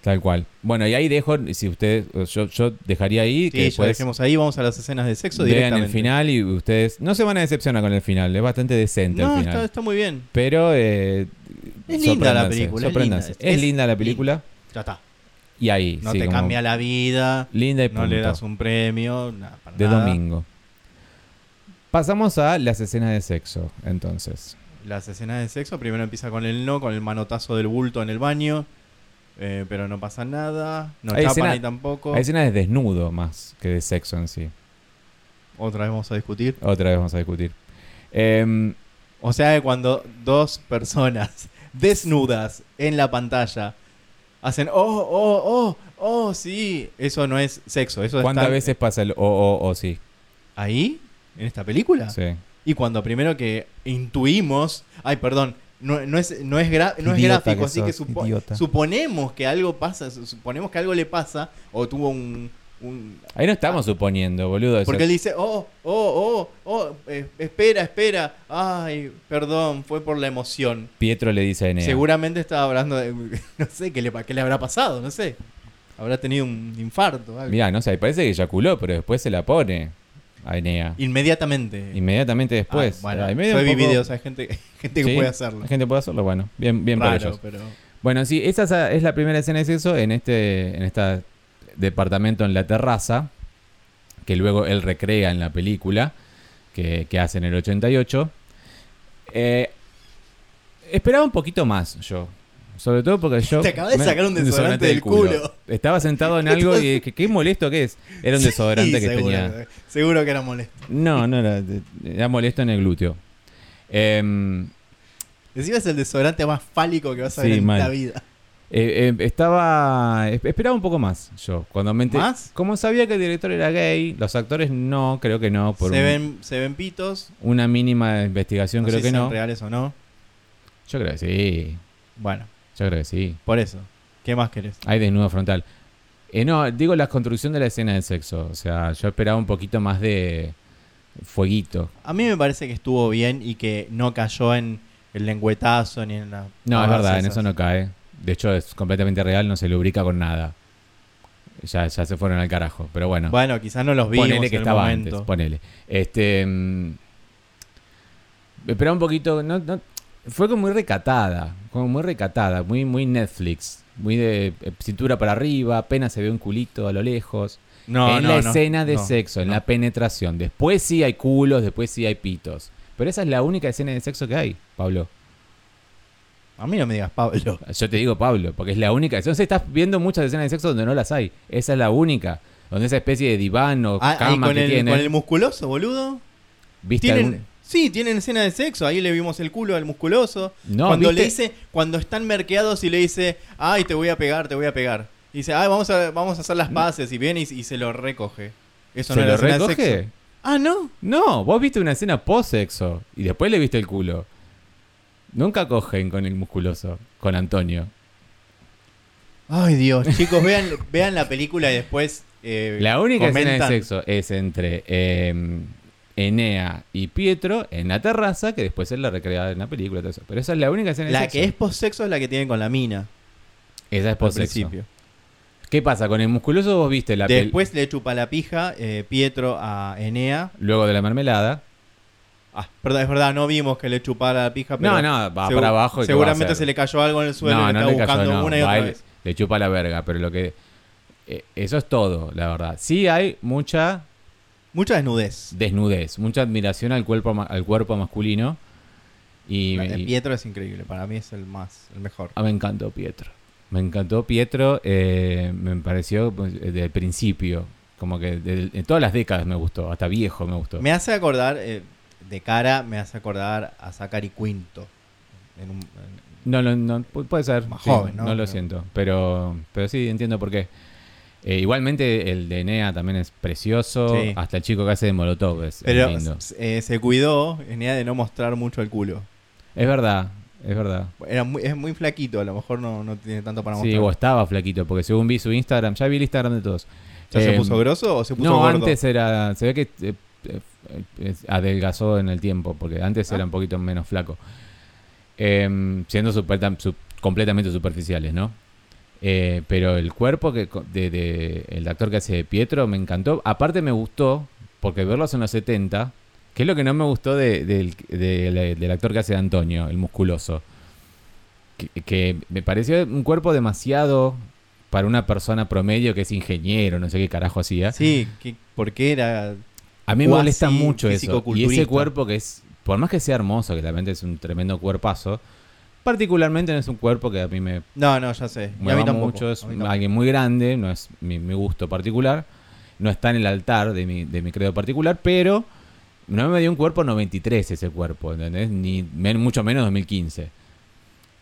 Tal cual. Bueno, y ahí dejo, si ustedes, yo, yo dejaría ahí que
Sí, ya
después
dejemos ahí, vamos a las escenas de sexo
vean
directamente.
el final y ustedes no se van a decepcionar con el final, es bastante decente
No,
el final.
está, está muy bien.
Pero eh,
Es linda la
sorpréndanse,
película, es
sorpréndanse.
linda,
Es,
es
linda la película
Ya está.
y ahí.
No
sí,
te
como
cambia la vida,
Linda y
no le
punto.
das un premio, nada, para
De
nada.
domingo. Pasamos a las escenas de sexo, entonces.
Las escenas de sexo, primero empieza con el no, con el manotazo del bulto en el baño. eh, pero no pasa nada. No
Hay
chapan
escena-
ahí tampoco.
Hay escenas de desnudo más que de sexo en sí.
Otra vez vamos a discutir.
Otra vez vamos a discutir. Em,
O sea que cuando dos personas desnudas en la pantalla hacen oh, oh, oh, oh, sí, eso no es sexo, eso
¿Cuántas
está
veces pasa el o, o, o sí?
ahí en esta película.
Sí.
Y cuando primero que intuimos, ay, perdón, no, no es no es, gra- no es
Idiota
gráfico,
que
así que
sos,
supo-
idiota.
suponemos que algo pasa, su- suponemos que algo le pasa o tuvo un, un-
Ahí no estamos suponiendo, boludo. eso.
Ah. porque él dice, oh, oh, oh, oh, eh, espera, espera, ay, perdón, fue por la emoción.
Pietro le dice a Enea.
Seguramente estaba hablando de. No sé qué le, pa- qué le habrá pasado, no sé. Habrá tenido un infarto. algo.
Mirá, no sé, parece que eyaculó, pero después se la pone a Enea.
Inmediatamente.
Inmediatamente
Ah,
después.
bueno,
Ahí medio
yo
un
vi
poco-
videos, hay gente, gente que
Sí,
puede hacerlo.
La gente puede hacerlo, bueno. Bien, bien por
Raro,
ellos.
pero.
Bueno, sí, esa es a- es la primera escena de sexo en este en este departamento en la terraza, que luego él recrea en la película que, que hace en el 88. Eh, esperaba un poquito más yo. Sobre todo porque yo...
Te acabas de
me-
sacar un desodorante del culo.
Estaba sentado en algo y dije, qué molesto que es. Era un desodorante
Sí,
que
seguro, eh,
tenía...
Seguro que era molesto.
No, no era, era molesto en el glúteo. Em,
Encima es el desodorante más fálico que vas a
Sí,
ver en
mal.
la vida.
Eh, eh, estaba. esp- Esperaba un poco más yo. Cuando me enter-
¿Más?
Como sabía que el director era gay, los actores no, creo que no. Por
Se,
un-
ven, se ven pitos.
una mínima investigación,
no
creo
sé
que
si son
no.
reales o no.
Yo creo que sí.
Bueno,
Yo creo que sí.
por eso. ¿Qué más querés?
Hay desnudo frontal. Eh, no, digo la construcción de la escena de sexo. O sea, yo esperaba un poquito más de fueguito.
A mí me parece que estuvo bien y que no cayó en el lengüetazo ni en la.
No, es
pavadas
verdad, en
esas.
eso no cae. De hecho, es completamente real, no se lubrica con nada. Ya, ya se fueron al carajo. Pero bueno.
Bueno, quizás no los vimos
ponele
en
que
el
estaba
momento.
antes, ponele. Este, mm, espera un poquito, no, no- fue como muy recatada, como muy recatada, muy, muy Netflix, muy de eh, cintura para arriba, apenas se ve un culito a lo lejos.
No,
en
no,
la
no,
escena de
no,
sexo, en
no.
la penetración, después sí hay culos, después sí hay pitos. Pero esa es la única escena de sexo que hay, Pablo.
A mí no me digas Pablo.
Yo te digo Pablo, porque es la única. Entonces estás viendo muchas escenas de sexo donde no las hay. Esa es la única. Donde esa especie de diván o
Ah, ahí
cama
con
que
el,
tienen.
con el musculoso, boludo.
¿Viste
Tienen,
algún-
Sí, tienen escena de sexo. Ahí le vimos el culo al musculoso.
No,
cuando le
¿viste?
dice, cuando están merqueados y le dice, ay, te voy a pegar, te voy a pegar. Y dice, ay, vamos a, vamos a hacer las paces. Y viene y, y se lo recoge. Eso no
Mm. ¿Se
era
lo
escena de
recoge?
sexo. Ah, no.
No, vos viste una escena post-sexo y después le viste el culo. Nunca cogen con el musculoso, con Antonio.
Ay, Dios. Chicos, vean, vean la película y después. eh,
La única escena
comentan.
de sexo es entre eh, Enea y Pietro en la terraza, que después él la recrea en la película. todo eso. Pero esa es la única escena de
La
sexo.
que es post-sexo es la que tienen con la mina.
Esa es
Al
post-sexo.
principio.
¿Qué pasa? Con el musculoso vos viste la pel-
Después le chupa la pija eh, Pietro a Enea.
Luego de la mermelada.
Ah, perdón, es verdad, no vimos que le chupara la pija, pero
No, no, va
segu-
para abajo. y ¿qué va a
Seguramente
hacer?
se le cayó algo en el suelo y le
le
estaba
cayó,
buscando
no.
una y otra
Va, él
vez.
Le chupa la verga, pero lo que. eh, Eso es todo, la verdad. Sí hay mucha
Mucha desnudez.
desnudez, mucha admiración al cuerpo, ma- al cuerpo masculino. Y,
La de
y-
Pietro es increíble, para mí es el más, el mejor.
ah, me encantó Pietro. Me encantó Pietro, eh, me pareció pues, eh, del principio. Como que de, en todas las décadas me gustó, hasta viejo me gustó.
Me hace acordar, eh, de cara, me hace acordar a Zachary Quinto. En un- en-
No, no, no, pu- puede ser.
Más
sí,
joven,
¿no?
¿no?
lo
Pero-
siento. Pero, pero sí, entiendo por qué. Eh, igualmente el de Enea también es precioso.
Sí.
Hasta el chico que hace de Molotov es, es
pero
lindo.
s- eh, se cuidó, Enea, de no mostrar mucho el culo.
Es verdad, es verdad.
Era muy, es muy flaquito, a lo mejor no, no tiene tanto para
Sí,
mostrar.
o estaba flaquito, porque según vi su Instagram, ya vi el Instagram de todos.
¿Ya se
Eh,
puso grosso o se puso
No,
gordo?
antes era. Se ve que eh, eh, eh, adelgazó en el tiempo, porque antes
Ah.
era un poquito menos flaco. Em, siendo super- tam- su- completamente superficiales, ¿no? Eh, pero el cuerpo que co- de, de- el actor que hace de Pietro me encantó. Aparte me gustó, porque verlos en los 70, que es lo que no me gustó de- del, del- del actor que hace de Antonio, el musculoso. Que, que me pareció un cuerpo demasiado para una persona promedio que es ingeniero, no sé qué carajo hacía.
Sí, que- porque era
A mí me
O
molesta
así,
mucho eso. Y
fisicoculturista.
ese cuerpo que es, por más que sea hermoso, que realmente es un tremendo cuerpazo, Particularmente no es un cuerpo que a mí me
No, no, ya sé. Y a
mueva
mí tampoco.
mucho, es
A mí tampoco.
alguien muy grande, no es mi, mi gusto particular, no está en el altar de mi, de mi credo particular, pero no me dio un cuerpo 93 ese cuerpo, ¿entendés? Ni men- mucho menos 2015.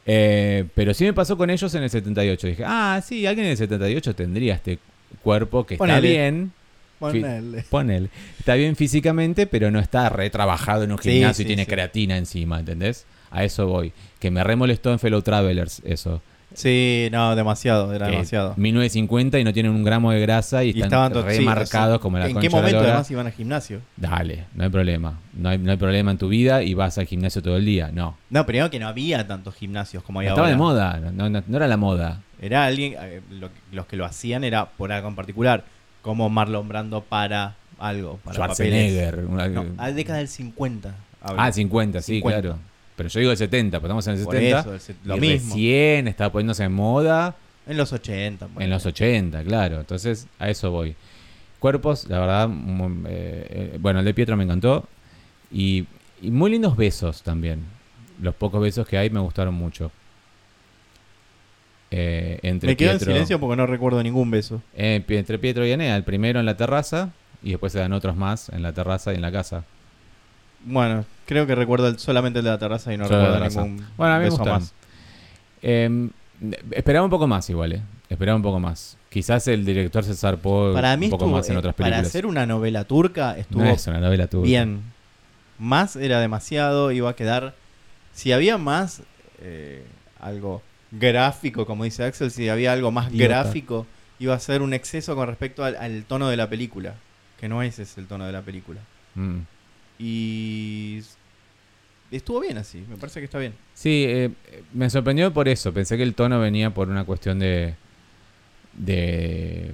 Eh, pero sí me pasó con ellos en el 78. Dije, ah, sí, alguien en el 78 tendría este cuerpo que está
Ponele.
bien.
Ponele.
Ponele. Está bien físicamente, pero no está retrabajado en un
Sí,
gimnasio y
sí,
tiene
sí.
creatina encima, ¿entendés? A eso voy. Que me re molestó en Fellow Travelers eso.
Sí, no, demasiado, era
Que
demasiado.
1950 y no tienen un gramo de grasa y,
Y
Eh, están
estaban to- sí,
remarcados
sí.
como la
¿En
concha
qué
de la
momento
lora.
además iban al gimnasio?
Dale, no hay problema. No hay, no hay problema en tu vida y vas al gimnasio todo el día. No.
No, primero que no había tantos gimnasios como hay
No
ahora.
estaba de moda, no, no- no era la moda.
Era alguien, eh, lo- los que lo hacían era por algo en particular, como Marlon Brando para algo, para papeles.
Schwarzenegger. una-
No, a la década del 50. hablo.
ah, 50, sí,
50.
claro. Pero yo digo el 70, pues estamos en el
Por
70.
eso, el se- lo
y
mismo.
recién estaba poniéndose en moda
En los 80.
en
ponele.
los 80, claro. Entonces, a eso voy. Cuerpos, la verdad, mu- eh, eh, bueno, el de Pietro me encantó. Y, y muy lindos besos también. Los pocos besos que hay me gustaron mucho. Eh, entre
Me quedo en
Pietro,
silencio porque no recuerdo ningún beso.
eh, pi- entre Pietro y Enea, el primero en la terraza y después se dan otros más en la terraza y en la casa.
Bueno, creo que recuerdo el- solamente el de la terraza y no
Solo
recuerdo
la terraza.
ningún
Bueno, a mí me
beso
gustaron.
más.
Eh, esperaba un poco más igual, eh. Esperaba un poco más. Quizás el director se zarpó
Para mí
un poco
estuvo,
más en
eh,
otras
para
películas.
hacer una novela turca estuvo
no es una novela turca.
bien. Más era demasiado, iba a quedar. Si había más eh, algo gráfico, como dice Axel, si había algo más
Idiota.
gráfico, iba a ser un exceso con respecto al, al tono de la película. Que no ese es el tono de la película.
Mm.
Y. Estuvo bien así, me parece que está bien.
Sí, eh, me sorprendió por eso. Pensé que el tono venía por una cuestión de. de.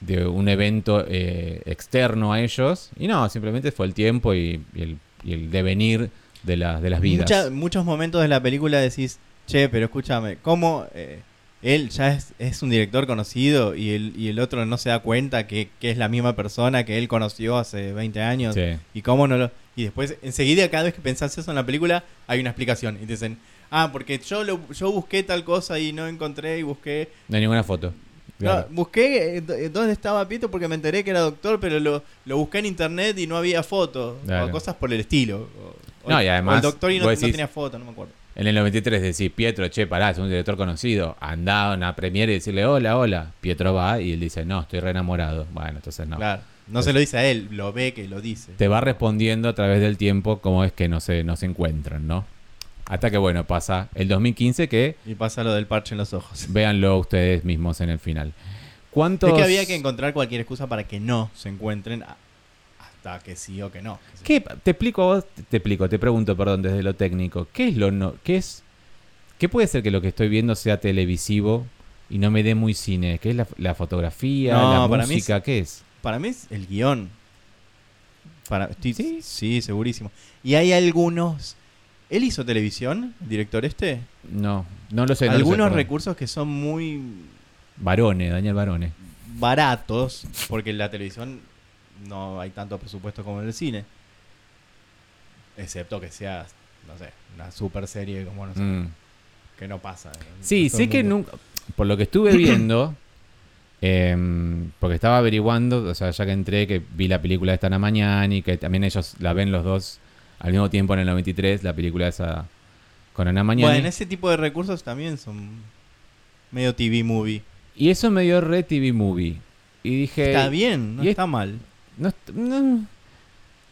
de un evento eh, externo a ellos. Y no, simplemente fue el tiempo y, y el, y el devenir de, la- de las vidas.
Mucha- muchos momentos de la película decís, che, pero escúchame, ¿cómo eh, él ya es, es un director conocido y el, y el otro no se da cuenta que, que es la misma persona que él conoció hace 20 años?
Sí.
¿Y cómo no lo.? Y después, enseguida, cada vez que pensás eso en la película, hay una explicación. Y te dicen, ah, porque yo, lo, yo busqué tal cosa y no encontré y busqué.
No hay ninguna foto.
No,
Claro.
busqué eh, do- eh, dónde estaba Pietro porque me enteré que era doctor, pero lo, lo busqué en internet y no había foto.
Claro.
O cosas por el estilo. O, o-
No, y
o
además,
el doctor y no,
vos
no
decís-
tenía foto, no me acuerdo.
En el 93 decís, Pietro, che, pará, es un director conocido. Andá a una premiere y decirle, hola, hola. Pietro va y él dice, no, estoy re enamorado. Bueno, entonces no.
Claro. No se lo dice a él, lo ve que lo dice.
te va respondiendo a través del tiempo cómo es que no se, no se encuentran, ¿no? Hasta que, bueno, pasa el 2015 que
Y pasa lo del parche en los ojos.
véanlo ustedes mismos en el final. ¿Cuántos...?
Es que había que encontrar cualquier excusa para que no se encuentren a- hasta que sí o que no.
¿Qué? Te explico a vos, te explico, te pregunto, perdón, desde lo técnico. ¿Qué es lo no...? ¿Qué es...? ¿Qué puede ser que lo que estoy viendo sea televisivo y no me dé muy cine? ¿Qué es la, la fotografía,
No,
la
para mí
música? ¿Qué es?
Para mí es el guión. Para, estoy-
Sí.
¿Sí? segurísimo. Y hay algunos... ¿Él hizo televisión, el director este?
No, no lo sé. no lo sé,
algunos
perdón.
recursos que son muy
Varone, Daniel Varone.
baratos, porque en la televisión no hay tanto presupuesto como en el cine. Excepto que sea, no sé, una super serie como no sé,
Mm.
que no pasa.
Sí, sé que
nunca
nunca. Por lo que estuve viendo, em, porque estaba averiguando, o sea, ya que entré, que vi la película esta en la mañana y que también ellos la ven los dos al mismo tiempo en el 93, la película esa con Ana Mañana.
Bueno, ese tipo de recursos también son medio TV movie.
Y eso me dio re TV Movie. Y dije.
está bien, no
Eh, y es-
está mal.
no est- no.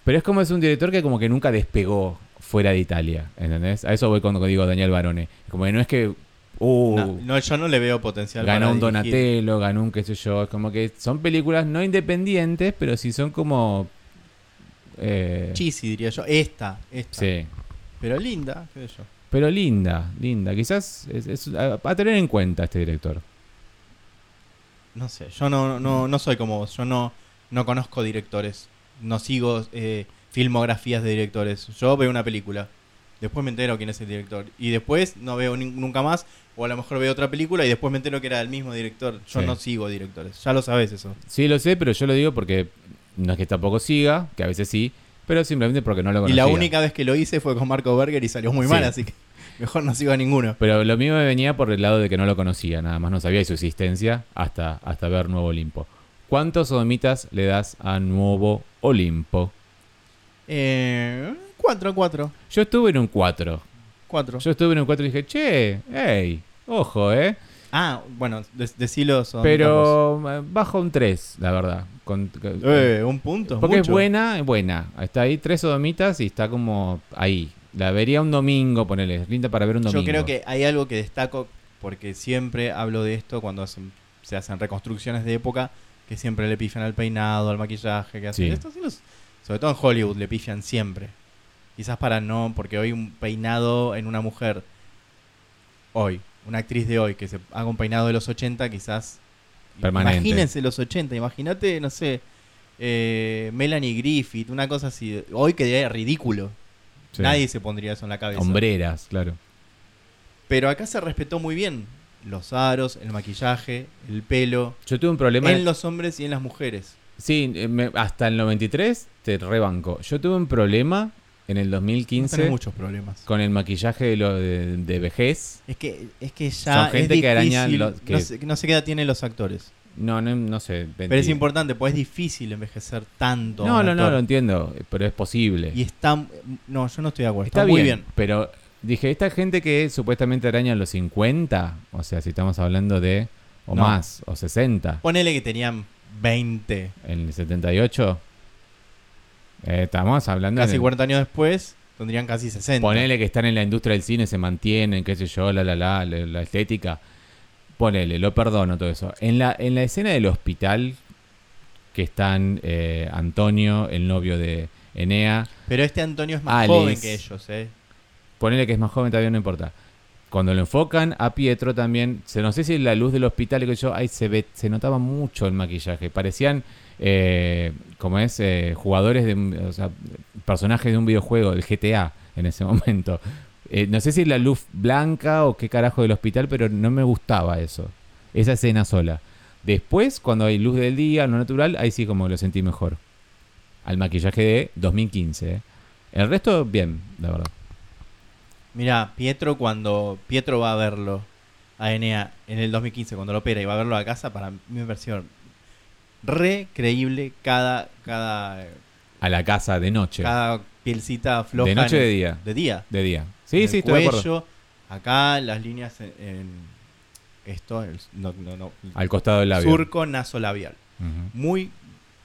Pero es como es un director que como que nunca despegó fuera de Italia, ¿entendés? A eso voy cuando digo Daniel Barone. Como que no es que. Uh,
No, no, yo no le veo potencial.
ganó
para
un
dirigir.
Donatello, ganó un qué sé yo. Es como que son películas no independientes, pero sí son como. eh,
Cheesy, diría yo. Esta, esta.
sí.
Pero linda, qué sé yo.
Pero linda, linda. Quizás es, es a, a tener en cuenta este director.
No sé, yo no, no, no soy como vos. Yo no, no conozco directores. No sigo eh, filmografías de directores. Yo veo una película. Después me entero quién es el director. Y después no veo nin- nunca más. O a lo mejor veo otra película y después me entero que era el mismo director. Yo
Sí.
no sigo directores. Ya lo sabes eso.
Sí, lo sé, pero yo lo digo porque no es que tampoco siga, que a veces sí, pero simplemente porque no lo
Y
conocía.
la única vez que lo hice fue con Marco Berger y salió muy
Sí.
mal, así que Mejor no sigo a ninguno.
Pero lo mío me venía por el lado de que no lo conocía, nada más no sabía de su existencia hasta, hasta ver Nuevo Olimpo. ¿Cuántos sodomitas le das a Nuevo Olimpo?
Eh, cuatro, cuatro.
Yo estuve en un 4.
Cuatro.
Yo estuve en un 4 y dije, che, hey, ojo, eh.
Ah, bueno, de- decilo son
Pero eh, bajo un 3, la verdad. Con-
dos. Eh, un punto.
porque es
mucho.
buena, es buena. Está ahí tres sodomitas y está como ahí. La vería un domingo, ponele. Es linda para ver un domingo.
Yo creo que hay algo que destaco, porque siempre hablo de esto cuando hacen- se hacen reconstrucciones de época, que siempre le pifian al peinado, al maquillaje, que hacen
Sí.
esto, sí los- sobre todo en Hollywood le pifian siempre. Quizás para no, porque hoy un peinado en una mujer, hoy, una actriz de hoy, que se haga un peinado de los 80, quizás...
Permanente.
Imagínense los 80, imagínate, no sé, eh, Melanie Griffith, una cosa así. Hoy quedaría ridículo.
Sí.
Nadie se pondría eso en la cabeza.
Hombreras, claro.
Pero acá se respetó muy bien los aros, el maquillaje, el pelo,
Yo tuve un problema.
en los hombres y en las mujeres.
Sí, eh, me- hasta el 93 te rebanco. Yo tuve un problema en el
No
2015
tenés muchos problemas.
con el maquillaje de, lo, de, de vejez.
Es que, es que ya
Son gente
es
que araña
difícil-
los- que-
No, sé, no sé qué edad tienen los actores.
No, no, no sé.
Pero es importante, pues es difícil envejecer tanto. a
No,
un
no, no,
actor.
lo entiendo. Pero es posible.
Y está... No, yo no estoy de acuerdo.
Está,
Está, muy bien.
Pero dije, esta gente que supuestamente araña los 50, o sea, si estamos hablando de, o
No.
más, o 60,
Ponele que tenían 20,
en el 78, eh, estamos hablando
casi
de...
40 años después, tendrían casi 60.
Ponele que están en la industria del cine, se mantienen, qué sé yo, la, la, la, la, la estética. Ponele, lo perdono todo eso. En la, en la escena del hospital, que están eh, Antonio, el novio de Enea,
Pero este Antonio es más
Alice.
joven que ellos, ¿eh?
Ponele que es más joven, todavía no importa. Cuando lo enfocan a Pietro también, se no sé si la luz del hospital que yo, ahí se ve, se notaba mucho el maquillaje. Parecían, eh, como es, eh, jugadores de, un- o sea, personajes de un videojuego, el GTA en ese momento. Eh, no sé si la luz blanca o qué carajo del hospital, pero no me gustaba eso. Esa escena sola. Después, cuando hay luz del día, lo natural, ahí sí como lo sentí mejor. Al maquillaje de 2015. eh. El resto, bien, la verdad.
Mira, Pietro cuando Pietro va a verlo a Enea en el 2015 cuando lo opera y va a verlo a casa, para mí me pareció re creíble cada cada
a la casa de noche.
cada pielcita floja
de noche
en-
de día.
de día.
De día.
En
Sí,
el
sí, estoy de acuerdo.
cuello, acá las líneas en, en esto el- no, no, no, el
Al costado del labio.
surco nasolabial.
Ujú.
Muy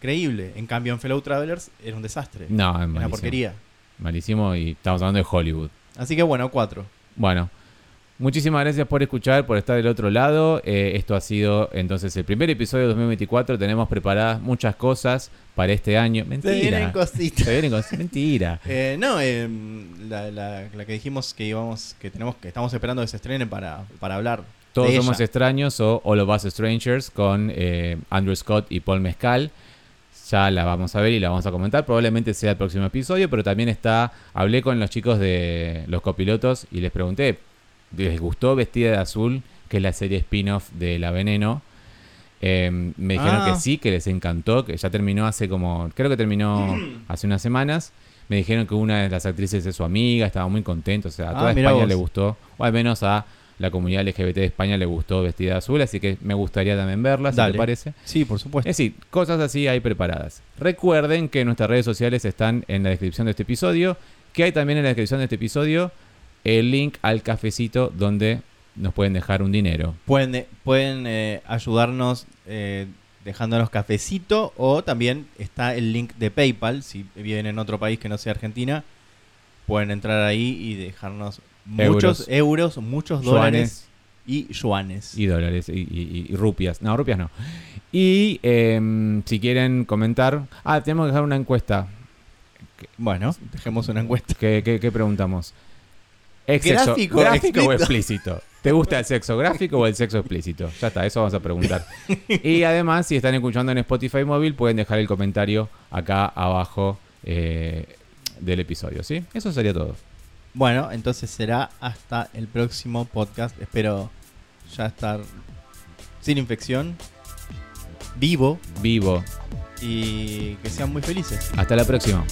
creíble. En cambio en Fellow Travelers era un desastre,
No, es malísimo.
una porquería.
Malísimo y estamos hablando de Hollywood.
Así que bueno, cuatro.
Bueno, muchísimas gracias por escuchar, por estar del otro lado. Eh, esto ha sido entonces el primer episodio de 2024. Tenemos preparadas muchas cosas para este año. Mentira.
Se vienen cositas.
Se vienen cosas. Mentira.
Eh, no, eh, la, la- la que dijimos que íbamos, que tenemos, que estamos esperando que se estrene para, para hablar.
Todos
de
somos
ella.
extraños o All of Us Strangers con eh, Andrew Scott y Paul Mezcal. Ya la vamos a ver y la vamos a comentar. Probablemente sea el próximo episodio, pero también está. Hablé con los chicos de los copilotos y les pregunté: ¿les gustó Vestida de Azul? Que es la serie spin-off de La Veneno. Eh, me dijeron
Ah.
que sí, que les encantó, que ya terminó hace como. Creo que terminó hace unas semanas. Me dijeron que una de las actrices es su amiga, estaba muy contento. O sea, a
Ah,
toda
mirá
España
vos.
le gustó, o al menos a la comunidad LGBT de España le gustó Vestida de Azul, así que me gustaría también verla, si
Dale.
te parece.
Sí, por supuesto.
Es decir, cosas así hay preparadas. Recuerden que nuestras redes sociales están en la descripción de este episodio, que hay también en la descripción de este episodio el link al cafecito donde nos pueden dejar un dinero.
Pueden, eh, pueden eh, ayudarnos eh, dejándonos cafecito o también está el link de PayPal. Si viven en otro país que no sea Argentina, pueden entrar ahí y dejarnos muchos euros, muchos dólares
Yuanes
y yuanes.
y dólares y, y- y- y rupias. No, rupias no. Y em, si quieren comentar, ah, tenemos que dejar una encuesta.
Bueno, dejemos una encuesta.
¿Qué, qué- qué preguntamos? ¿Es
Gráfico,
gráfico o
explícito.
explícito? ¿Te gusta el sexo gráfico o el sexo explícito? Ya está, eso vamos a preguntar. Y además, si están escuchando en Spotify móvil, pueden dejar el comentario acá abajo eh, del episodio, ¿sí? Eso sería todo.
Bueno, entonces será hasta el próximo podcast. Espero ya estar sin infección, vivo
Vivo.
y que sean muy felices.
Hasta la próxima.